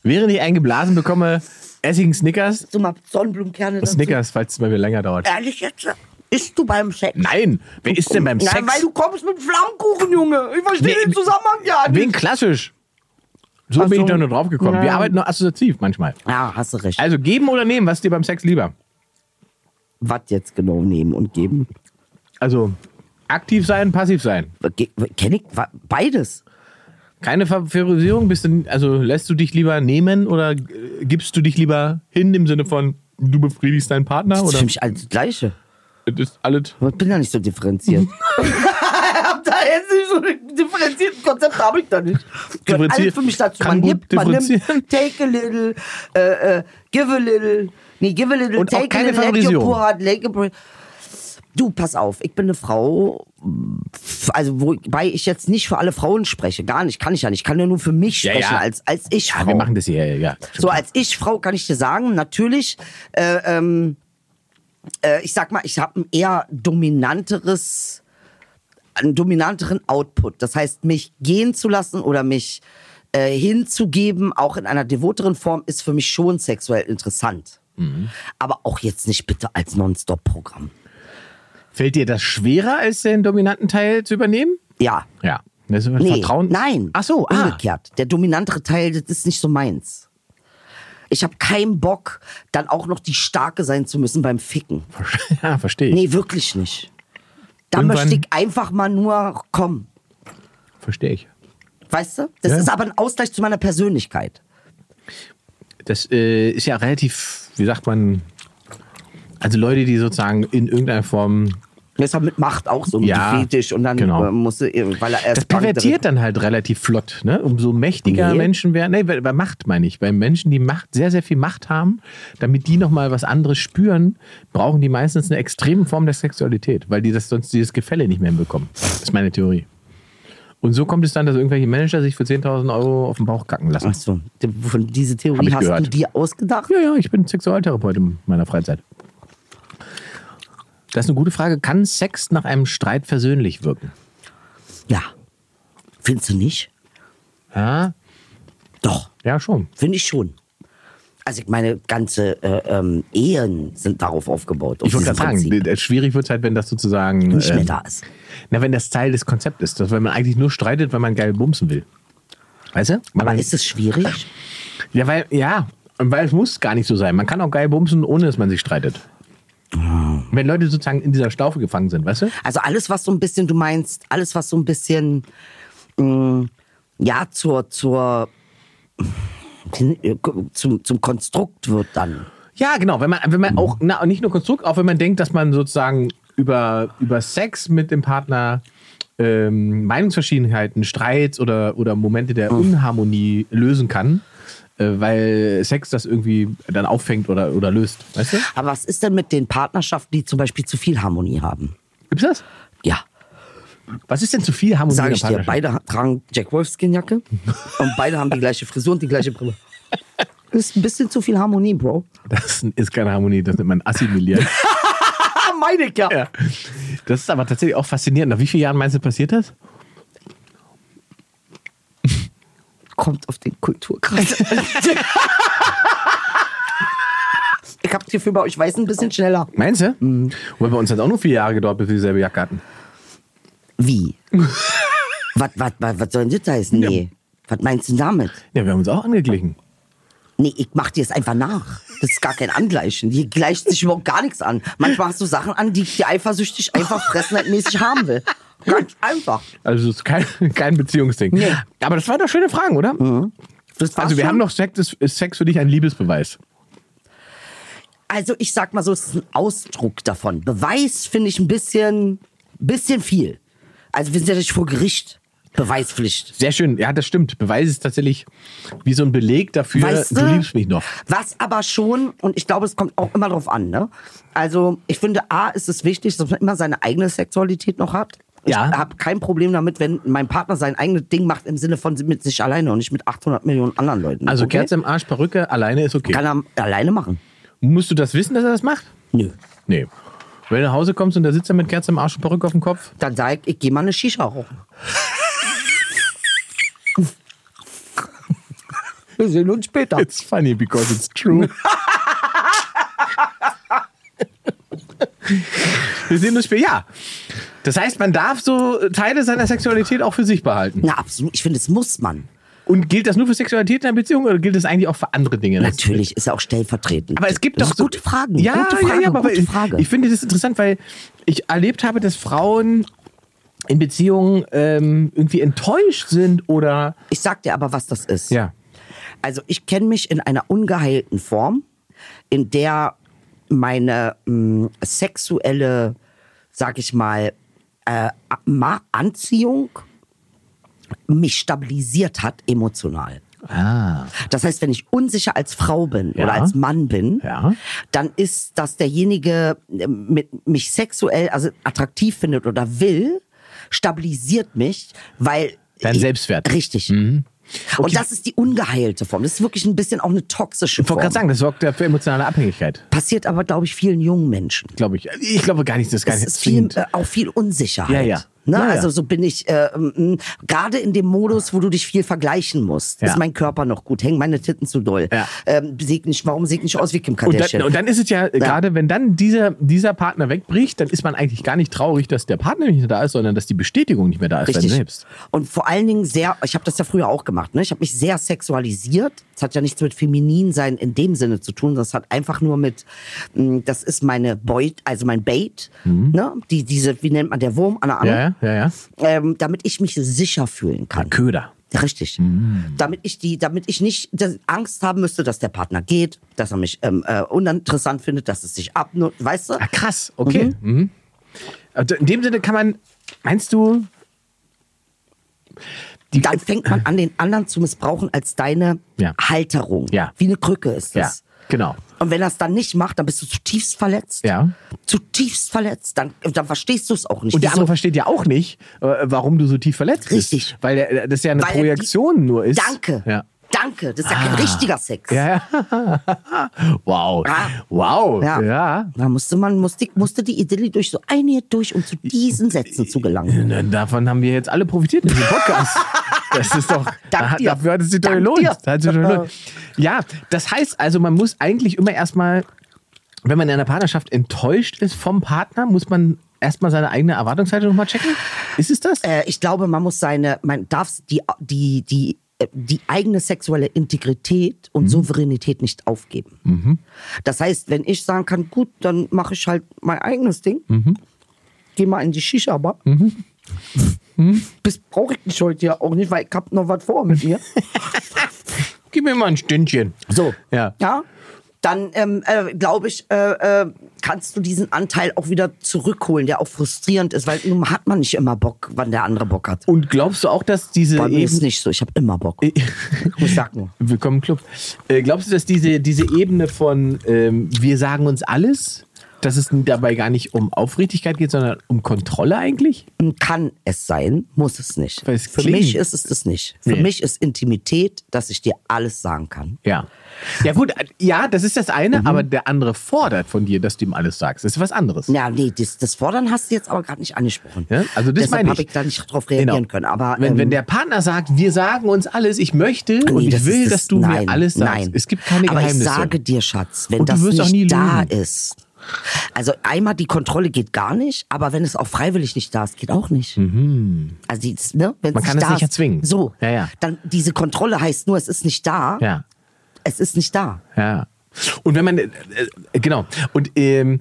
Speaker 3: Während ich einen geblasen bekomme, essigen Snickers.
Speaker 4: <laughs> So mal Sonnenblumenkerne dazu.
Speaker 3: Snickers, falls es bei mir länger dauert.
Speaker 4: Ehrlich jetzt? Isst du beim Sex?
Speaker 3: Nein, wer ist denn beim
Speaker 4: Nein,
Speaker 3: Sex?
Speaker 4: weil du kommst mit Flammkuchen, Junge. Ich verstehe
Speaker 3: Nee,
Speaker 4: den Zusammenhang ja nicht.
Speaker 3: Wegen klassisch. So
Speaker 4: Ach
Speaker 3: bin ich
Speaker 4: so.
Speaker 3: da nur drauf gekommen. Wir
Speaker 4: Ja.
Speaker 3: arbeiten nur assoziativ manchmal.
Speaker 4: Ja, hast du recht.
Speaker 3: Also geben oder nehmen, was ist dir beim Sex lieber?
Speaker 4: Was jetzt genau nehmen und geben?
Speaker 3: Also aktiv sein, passiv sein.
Speaker 4: Kenne ich wa- beides.
Speaker 3: Keine Favorisierung, bist du, also lässt du dich lieber nehmen oder äh, gibst du dich lieber hin im Sinne von, du befriedigst deinen Partner
Speaker 4: Das ist
Speaker 3: oder
Speaker 4: für mich alles das Gleiche.
Speaker 3: es ist alles.
Speaker 4: Ich bin ja nicht so
Speaker 3: <laughs>
Speaker 4: differenziert. ich hab da jetzt nicht so ein differenziertes Konzept, habe ich da nicht. Gehört
Speaker 3: Differenzier-
Speaker 4: alles für mich dazu.
Speaker 3: kann
Speaker 4: Man
Speaker 3: gut
Speaker 4: gibt, man
Speaker 3: differenzieren.
Speaker 4: nimmt, take a little, äh, äh, give a little, nee, give a little,
Speaker 3: Und auch
Speaker 4: take
Speaker 3: keine
Speaker 4: a little, let your
Speaker 3: Favorisierung.
Speaker 4: poor heart, let your poor- Du, pass auf, ich bin eine Frau, also wobei ich jetzt nicht für alle Frauen spreche, gar nicht, kann ich ja nicht, ich kann ja nur für mich
Speaker 3: Ja,
Speaker 4: sprechen,
Speaker 3: ja.
Speaker 4: als, als ich Frau.
Speaker 3: Ja, wir machen das hier, ja, ja.
Speaker 4: So als ich Frau kann ich dir sagen, natürlich, äh, ähm, äh, ich sag mal, ich habe ein eher dominanteres, einen dominanteren Output. Das heißt, mich gehen zu lassen oder mich äh, hinzugeben, auch in einer devoteren Form, ist für mich schon sexuell interessant. Aber auch jetzt nicht bitte als Nonstop-Programm.
Speaker 3: Fällt dir das schwerer, als den dominanten Teil zu übernehmen?
Speaker 4: Ja.
Speaker 3: Ja. Das ist
Speaker 4: Nee,
Speaker 3: Vertrauen.
Speaker 4: Nein.
Speaker 3: Ach so, ah.
Speaker 4: umgekehrt. Der dominantere Teil, das ist nicht so meins. Ich habe keinen Bock, dann auch noch die Starke sein zu müssen beim Ficken.
Speaker 3: <laughs> Ja, verstehe ich.
Speaker 4: Nee, wirklich nicht. Da
Speaker 3: Irgendwann-
Speaker 4: möchte ich einfach mal nur kommen.
Speaker 3: Verstehe ich.
Speaker 4: Weißt du? Das
Speaker 3: Ja.
Speaker 4: ist aber ein Ausgleich zu meiner Persönlichkeit.
Speaker 3: Das äh, ist ja relativ, wie sagt man, also Leute, die sozusagen in irgendeiner Form.
Speaker 4: Das hat mit Macht auch so ein
Speaker 3: Ja,
Speaker 4: Fetisch und dann
Speaker 3: genau.
Speaker 4: äh, musst du, eben, weil er erst
Speaker 3: Das pervertiert dann halt relativ flott, ne? Umso mächtiger
Speaker 4: Nee.
Speaker 3: Menschen werden. Nee, bei bei Macht meine ich. Bei Menschen, die Macht, sehr, sehr viel Macht haben, damit die nochmal was anderes spüren, brauchen die meistens eine extreme Form der Sexualität, weil die das sonst dieses Gefälle nicht mehr hinbekommen. Das ist meine Theorie. Und so kommt es dann, dass irgendwelche Manager sich für 10.000 Euro auf den Bauch kacken lassen.
Speaker 4: Achso, von diese
Speaker 3: Hab
Speaker 4: Theorie
Speaker 3: ich
Speaker 4: hast du
Speaker 3: gehört.
Speaker 4: dir ausgedacht?
Speaker 3: Ja, ja, ich bin Sexualtherapeut in meiner Freizeit. Das ist eine gute Frage. Kann Sex nach einem Streit versöhnlich wirken?
Speaker 4: Ja. Findest du nicht?
Speaker 3: Ja,
Speaker 4: Doch.
Speaker 3: ja schon.
Speaker 4: Finde ich schon. Also ich meine, ganze äh, ähm, Ehen sind darauf aufgebaut. auf
Speaker 3: Ich wollte
Speaker 4: diesem
Speaker 3: gerade sagen,
Speaker 4: Prinzip.
Speaker 3: äh, schwierig wird es halt, wenn das sozusagen.
Speaker 4: Nicht mehr
Speaker 3: ähm,
Speaker 4: da ist.
Speaker 3: Na, wenn das Teil des Konzepts ist. Dass, wenn man eigentlich nur streitet, weil man geil bumsen will. Weißt du? Weil
Speaker 4: Aber
Speaker 3: man,
Speaker 4: ist es schwierig?
Speaker 3: ja, weil, ja, weil es muss gar nicht so sein. Man kann auch geil bumsen, ohne dass man sich streitet.
Speaker 4: Ah.
Speaker 3: Wenn Leute sozusagen in dieser Staufe gefangen sind, weißt du?
Speaker 4: Also alles, was so ein bisschen, du meinst, alles, was so ein bisschen, mh, ja, zur, zur, äh, zum, zum Konstrukt wird dann.
Speaker 3: Ja, genau. Wenn man, wenn man auch, na, nicht nur Konstrukt, auch wenn man denkt, dass man sozusagen über, über Sex mit dem Partner ähm, Meinungsverschiedenheiten, Streits oder, oder Momente der Unharmonie lösen kann, äh, weil Sex das irgendwie dann auffängt oder, oder löst. Weißt du?
Speaker 4: Aber was ist denn mit den Partnerschaften, die zum Beispiel zu viel Harmonie haben?
Speaker 3: Gibt's das?
Speaker 4: Ja,
Speaker 3: Was ist denn zu viel Harmonie
Speaker 4: sage
Speaker 3: in
Speaker 4: ich
Speaker 3: der
Speaker 4: dir.
Speaker 3: Partnerschaft?
Speaker 4: Beide ha- tragen Jack Wolfskin-Jacke
Speaker 3: <laughs>
Speaker 4: und beide haben die gleiche Frisur und die gleiche Brille. Ist ein bisschen zu viel Harmonie, Bro.
Speaker 3: Das ist keine Harmonie, das nennt man assimilieren.
Speaker 4: Ah, <laughs> meine ich ja.
Speaker 3: ja. Das ist aber tatsächlich auch faszinierend. Nach wie vielen Jahren meinst du, passiert das?
Speaker 4: <laughs> kommt auf den Kulturkreis. ich habe das Gefühl, bei euch weiß ein bisschen schneller.
Speaker 3: Meinst du? Wobei bei uns hat auch nur vier Jahre gedauert, bis wir dieselbe Jacke hatten.
Speaker 4: Wie? <laughs> was, was, was, was soll denn das heißen? Nee. Was meinst du damit?
Speaker 3: Ja, wir haben uns auch angeglichen.
Speaker 4: Nee, ich mach dir es einfach nach. Das ist gar kein Angleichen. Die gleicht sich überhaupt gar nichts an. Manchmal hast du Sachen an, die ich dir eifersüchtig einfach fressenheitmäßig haben will. Ganz einfach.
Speaker 3: Also es ist kein, <laughs> kein Beziehungsding.
Speaker 4: Nee.
Speaker 3: Aber das waren doch schöne Fragen, oder?
Speaker 4: Das war's
Speaker 3: Also wir
Speaker 4: schon.
Speaker 3: haben noch Sex, ist, ist Sex für dich ein Liebesbeweis?
Speaker 4: Also ich sag mal so, es ist ein Ausdruck davon. Beweis finde ich ein bisschen, bisschen viel. Also wir sind ja nicht vor Gericht. Beweispflicht.
Speaker 3: Sehr schön, ja, das stimmt. Beweis ist tatsächlich wie so ein Beleg dafür,
Speaker 4: Weißt
Speaker 3: du liebst mich noch.
Speaker 4: Was aber schon, und ich glaube, es kommt auch immer drauf an, ne? Also, ich finde, A, ist es wichtig, dass man immer seine eigene Sexualität noch hat.
Speaker 3: Ja.
Speaker 4: Ich habe kein Problem damit, wenn mein Partner sein eigenes Ding macht, im Sinne von mit sich alleine und nicht mit 800 Millionen anderen Leuten.
Speaker 3: Also Kerze im Arsch, Perücke, alleine ist okay.
Speaker 4: Kann er alleine machen?
Speaker 3: Musst du das wissen, dass er das macht?
Speaker 4: Nö.
Speaker 3: Nee. Wenn du nach Hause kommst und da sitzt er mit Kerze im Arsch und Perücke auf dem Kopf,
Speaker 4: Dann sag ich, ich gehe mal eine Shisha rauchen. <laughs> Wir sehen uns später.
Speaker 3: it's funny because it's true. <laughs> Wir sehen das Spiel, ja. Das heißt, man darf so Teile seiner Sexualität auch für sich behalten.
Speaker 4: Na, absolut. Ich finde, das muss man.
Speaker 3: Und gilt das nur für Sexualität in einer Beziehung oder gilt das eigentlich auch für andere Dinge? Das-
Speaker 4: Natürlich ist er auch stellvertretend.
Speaker 3: Aber es gibt
Speaker 4: das
Speaker 3: doch so,
Speaker 4: sind gute Fragen.
Speaker 3: Ja,
Speaker 4: gute Frage,
Speaker 3: ja, ja, aber
Speaker 4: gute
Speaker 3: ich,
Speaker 4: Frage.
Speaker 3: ich finde das interessant, weil ich erlebt habe, dass Frauen in Beziehungen ähm, irgendwie enttäuscht sind oder
Speaker 4: Ich sag dir aber, was das ist.
Speaker 3: ja.
Speaker 4: Also ich kenne mich in einer ungeheilten Form, in der meine mh, sexuelle, sag ich mal, äh, Ma- Anziehung mich stabilisiert hat emotional.
Speaker 3: Ah.
Speaker 4: Das heißt, wenn ich unsicher als Frau bin
Speaker 3: Ja.
Speaker 4: oder als Mann bin,
Speaker 3: Ja.
Speaker 4: dann ist, dass derjenige ähm, mit mich sexuell also attraktiv findet oder will, stabilisiert mich, weil
Speaker 3: Dein
Speaker 4: ich-
Speaker 3: Selbstwert. Mhm.
Speaker 4: Richtig. Und das ist die ungeheilte Form. Das ist wirklich ein bisschen auch eine toxische
Speaker 3: Ich wollte
Speaker 4: Form.
Speaker 3: gerade sagen, das sorgt ja für emotionale Abhängigkeit,
Speaker 4: Passiert aber, glaube ich, vielen jungen Menschen.
Speaker 3: glaube ich. Ich glaube gar nicht, dass das gar
Speaker 4: Es
Speaker 3: nicht
Speaker 4: ist viel,
Speaker 3: zwingend-
Speaker 4: äh, auch viel Unsicherheit.
Speaker 3: Ja, ja.
Speaker 4: Ne?
Speaker 3: Ja, ja.
Speaker 4: Also so bin ich äh, ähm, mh, gerade in dem Modus, wo du dich viel vergleichen musst.
Speaker 3: Ja.
Speaker 4: Ist mein Körper noch gut? Hängen meine Titten zu doll?
Speaker 3: Ja.
Speaker 4: Ähm, sehe ich nicht, warum sehe ich nicht aus wie Kim
Speaker 3: Und
Speaker 4: Kardashian?
Speaker 3: dann, und dann ist es ja, gerade wenn dann dieser, dieser Partner wegbricht, dann ist man eigentlich gar nicht traurig, dass der Partner nicht mehr da ist, sondern dass die Bestätigung nicht mehr da ist, dann
Speaker 4: Richtig.
Speaker 3: selbst.
Speaker 4: Und vor allen Dingen sehr, ich habe das ja früher auch gemacht, ne? ich habe mich sehr sexualisiert. Das hat ja nichts mit feminin sein in dem Sinne zu tun, das hat einfach nur mit, mh, das ist meine Beut, also mein Bait, ne? Die, diese, wie nennt man, der Wurm an der Angel,
Speaker 3: Mhm. Ja, ja, ja. ja.
Speaker 4: ähm, damit ich mich sicher fühlen kann.
Speaker 3: Köder.
Speaker 4: Richtig.
Speaker 3: Mhm.
Speaker 4: Damit ich die, damit ich nicht das- Angst haben müsste, dass der Partner geht, dass er mich ähm, äh, uninteressant findet, dass es sich abnutzt, weißt du?
Speaker 3: Ah, krass, okay. Mhm. Also In dem Sinne kann man, meinst du, die,
Speaker 4: dann fängt man an, den anderen zu missbrauchen als deine
Speaker 3: Ja.
Speaker 4: Halterung.
Speaker 3: Ja.
Speaker 4: Wie eine Krücke ist
Speaker 3: ja,
Speaker 4: das.
Speaker 3: genau.
Speaker 4: Und wenn er es dann nicht macht, dann bist du zutiefst verletzt.
Speaker 3: Ja.
Speaker 4: Zutiefst verletzt. Dann, dann verstehst du es auch nicht.
Speaker 3: Und der
Speaker 4: Wieso?
Speaker 3: andere versteht ja auch nicht, äh, warum du so tief verletzt bist.
Speaker 4: Richtig.
Speaker 3: Weil der- das ja eine
Speaker 4: Weil er die-
Speaker 3: Projektion nur ist.
Speaker 4: Danke.
Speaker 3: Ja. Ah.
Speaker 4: Danke. Das ist ja kein richtiger Sex.
Speaker 3: Ja, ja. wow.
Speaker 4: Ah.
Speaker 3: Wow.
Speaker 4: Ja.
Speaker 3: ja.
Speaker 4: Da musste man, musste, musste die Idylle durch so einige durch, um zu diesen Sätzen zu gelangen.
Speaker 3: Na, davon haben wir jetzt alle profitiert in diesem Podcast.
Speaker 4: <laughs>
Speaker 3: Das ist doch,
Speaker 4: Dank
Speaker 3: da-
Speaker 4: dir.
Speaker 3: dafür hat es sich doch
Speaker 4: Dank
Speaker 3: gelohnt.
Speaker 4: dir. Äh.
Speaker 3: Da hat es sich doch gelohnt. Ja, das heißt also, man muss eigentlich immer erstmal, wenn man in einer Partnerschaft enttäuscht ist vom Partner, muss man erstmal seine eigene Erwartungshaltung nochmal checken. Ist es das?
Speaker 4: Äh, ich glaube, man muss seine, man darf die, die, die, äh, die eigene sexuelle Integrität und Souveränität nicht aufgeben. Das heißt, wenn ich sagen kann, gut, dann mache ich halt mein eigenes Ding, geh mal in die Shisha-Bar. Das brauche ich nicht heute ja auch nicht, weil ich habe noch was vor mit mir.
Speaker 3: Gib mir mal ein Stündchen.
Speaker 4: So.
Speaker 3: Ja.
Speaker 4: Ja. Dann ähm, äh, glaube ich, äh, äh, kannst du diesen Anteil auch wieder zurückholen, der auch frustrierend ist, weil nun hat man nicht immer Bock, wann der andere Bock hat.
Speaker 3: Und glaubst du auch, dass diese
Speaker 4: Bei mir ist
Speaker 3: Ebene.
Speaker 4: nicht so. Ich habe immer Bock.
Speaker 3: <laughs>
Speaker 4: Ich sag nur.
Speaker 3: Willkommen im Club. Äh, glaubst du, dass diese, diese Ebene von ähm, wir sagen uns alles dass es dabei gar nicht um Aufrichtigkeit geht, sondern um Kontrolle eigentlich?
Speaker 4: Und Kann es sein, muss es nicht.
Speaker 3: Weil es
Speaker 4: Für
Speaker 3: klingt-
Speaker 4: mich ist es das nicht. Für
Speaker 3: Nee.
Speaker 4: mich ist Intimität, dass ich dir alles sagen kann.
Speaker 3: Ja. Ja, gut, ja, das ist das eine,
Speaker 4: Mhm.
Speaker 3: aber der andere fordert von dir, dass du ihm alles sagst. Das ist was anderes.
Speaker 4: Ja, nee, das, das Fordern hast du jetzt aber gerade nicht angesprochen.
Speaker 3: Ja, also das
Speaker 4: Deshalb
Speaker 3: meine
Speaker 4: habe
Speaker 3: ich.
Speaker 4: ich da nicht drauf reagieren
Speaker 3: Genau.
Speaker 4: können. Aber
Speaker 3: wenn,
Speaker 4: ähm,
Speaker 3: wenn der Partner sagt, wir sagen uns alles, ich möchte und
Speaker 4: Ah, Nee,
Speaker 3: ich
Speaker 4: das
Speaker 3: will,
Speaker 4: ist
Speaker 3: dass du
Speaker 4: nein,
Speaker 3: mir alles sagst.
Speaker 4: Nein.
Speaker 3: Es gibt keine
Speaker 4: Aber
Speaker 3: Geheimnisse.
Speaker 4: ich sage dir, Schatz, wenn
Speaker 3: Und du
Speaker 4: das
Speaker 3: wirst auch nie
Speaker 4: nicht da
Speaker 3: lügen.
Speaker 4: ist. Also einmal die Kontrolle geht gar nicht, aber wenn es auch freiwillig nicht da ist, geht auch nicht. Also die, ne, wenn
Speaker 3: Mhm. Man kann
Speaker 4: es nicht
Speaker 3: es
Speaker 4: da
Speaker 3: nicht
Speaker 4: ist,
Speaker 3: erzwingen.
Speaker 4: So,
Speaker 3: Ja, ja.
Speaker 4: dann diese Kontrolle heißt nur, es ist nicht da.
Speaker 3: ja,
Speaker 4: Es ist nicht da.
Speaker 3: ja. Und wenn man, äh, äh, genau. Und ähm,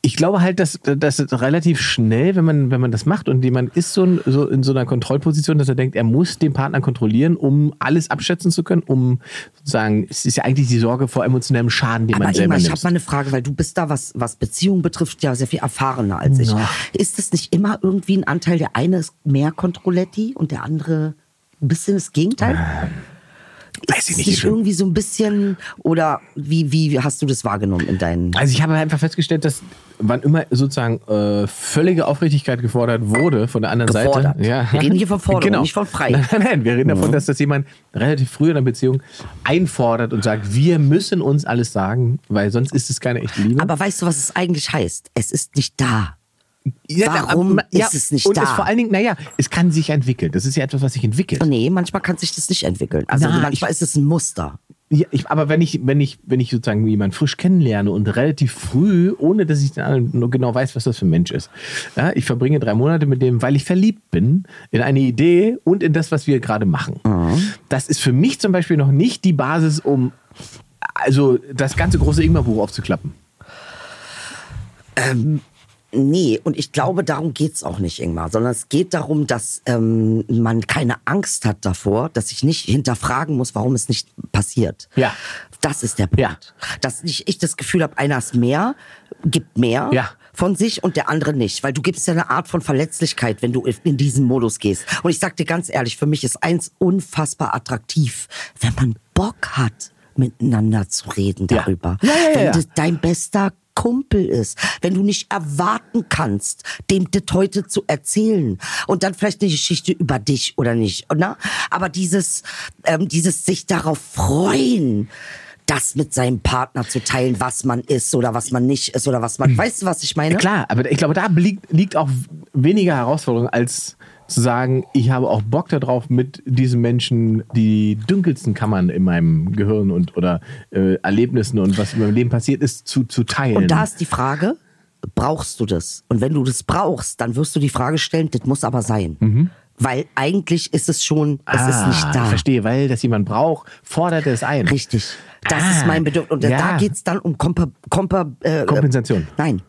Speaker 3: ich glaube halt, dass, dass es relativ schnell, wenn man, wenn man das macht und jemand ist so, ein, so in so einer Kontrollposition, dass er denkt, er muss den Partner kontrollieren, um alles abschätzen zu können, um sozusagen, es ist ja eigentlich die Sorge vor emotionellem Schaden, den
Speaker 4: Aber
Speaker 3: man selber
Speaker 4: Ingmar, ich habe
Speaker 3: nimmt.
Speaker 4: mal eine Frage, weil du bist da, was, was Beziehungen betrifft, ja sehr viel erfahrener als ich.
Speaker 3: Ja.
Speaker 4: Ist es nicht immer irgendwie ein Anteil, der eine ist mehr Kontrolletti und der andere ein bisschen das Gegenteil?
Speaker 3: Ah. Weiß ich
Speaker 4: Ist
Speaker 3: nicht.
Speaker 4: nicht
Speaker 3: Ich-
Speaker 4: irgendwie so ein bisschen oder wie, wie hast du das wahrgenommen in deinen?
Speaker 3: Also ich habe einfach festgestellt, dass wann immer sozusagen äh, völlige Aufrichtigkeit gefordert wurde von der anderen
Speaker 4: Gefordert.
Speaker 3: Seite. Ja. Genau.
Speaker 4: Wir reden hier von Forderung, nicht von Mhm. frei.
Speaker 3: Nein, nein, wir reden davon, dass das jemand relativ früh in der Beziehung einfordert und sagt, wir müssen uns alles sagen, weil sonst ist es keine echte Liebe.
Speaker 4: Aber weißt du, was es eigentlich heißt? Es ist nicht da.
Speaker 3: ja,
Speaker 4: warum
Speaker 3: ja,
Speaker 4: ist es nicht
Speaker 3: und
Speaker 4: da?
Speaker 3: Es vor allen Dingen, naja, es kann sich entwickeln. Das ist ja etwas, was sich entwickelt.
Speaker 4: Nee, manchmal kann sich das nicht entwickeln. Also
Speaker 3: Na,
Speaker 4: manchmal ist es ein Muster.
Speaker 3: Ja, ich, aber wenn ich, wenn ich, wenn ich sozusagen jemanden frisch kennenlerne und relativ früh, ohne dass ich den anderen nur genau weiß, was das für ein Mensch ist, ja, ich verbringe drei Monate mit dem, weil ich verliebt bin in eine Idee und in das, was wir gerade machen. Das ist für mich zum Beispiel noch nicht die Basis, um also das ganze große Ingmar-Buch aufzuklappen.
Speaker 4: Nee, und ich glaube, darum geht's auch nicht, Ingmar, sondern es geht darum, dass ähm, man keine Angst hat davor, dass ich nicht hinterfragen muss, warum es nicht passiert.
Speaker 3: Ja.
Speaker 4: Das ist der Punkt.
Speaker 3: Ja.
Speaker 4: Dass nicht ich das Gefühl habe, einer ist mehr, gibt mehr
Speaker 3: Ja.
Speaker 4: von sich und der andere nicht. Weil du gibst ja eine Art von Verletzlichkeit, wenn du in diesen Modus gehst. Und ich sag dir ganz ehrlich, für mich ist eins unfassbar attraktiv, wenn man Bock hat, miteinander zu reden
Speaker 3: Ja.
Speaker 4: darüber.
Speaker 3: Ja, ja, ja,
Speaker 4: wenn
Speaker 3: ja.
Speaker 4: das dein bester Kumpel ist, wenn du nicht erwarten kannst, dem das heute zu erzählen und dann vielleicht eine Geschichte über dich oder nicht, oder? Aber dieses, ähm, dieses sich darauf freuen, das mit seinem Partner zu teilen, was man ist oder was man nicht ist oder was man, weißt du, was ich meine?
Speaker 3: Hm. Klar, aber ich glaube, da liegt, liegt auch weniger Herausforderung, als zu sagen, ich habe auch Bock darauf, mit diesen Menschen die dunkelsten Kammern in meinem Gehirn und oder äh, Erlebnissen und was in meinem Leben passiert ist, zu, zu teilen.
Speaker 4: Und da ist die Frage, brauchst du das? Und wenn du das brauchst, dann wirst du die Frage stellen, das muss aber sein. Weil eigentlich ist es schon, es ist
Speaker 3: Mhm. Ah,
Speaker 4: nicht da.
Speaker 3: Ich verstehe, weil das jemand braucht, fordert er es ein.
Speaker 4: Richtig. Das
Speaker 3: Ah,
Speaker 4: ist mein Bedürfnis. Und
Speaker 3: ja.
Speaker 4: da geht's dann um Kompa Kompa äh,
Speaker 3: Kompensation.
Speaker 4: Nein.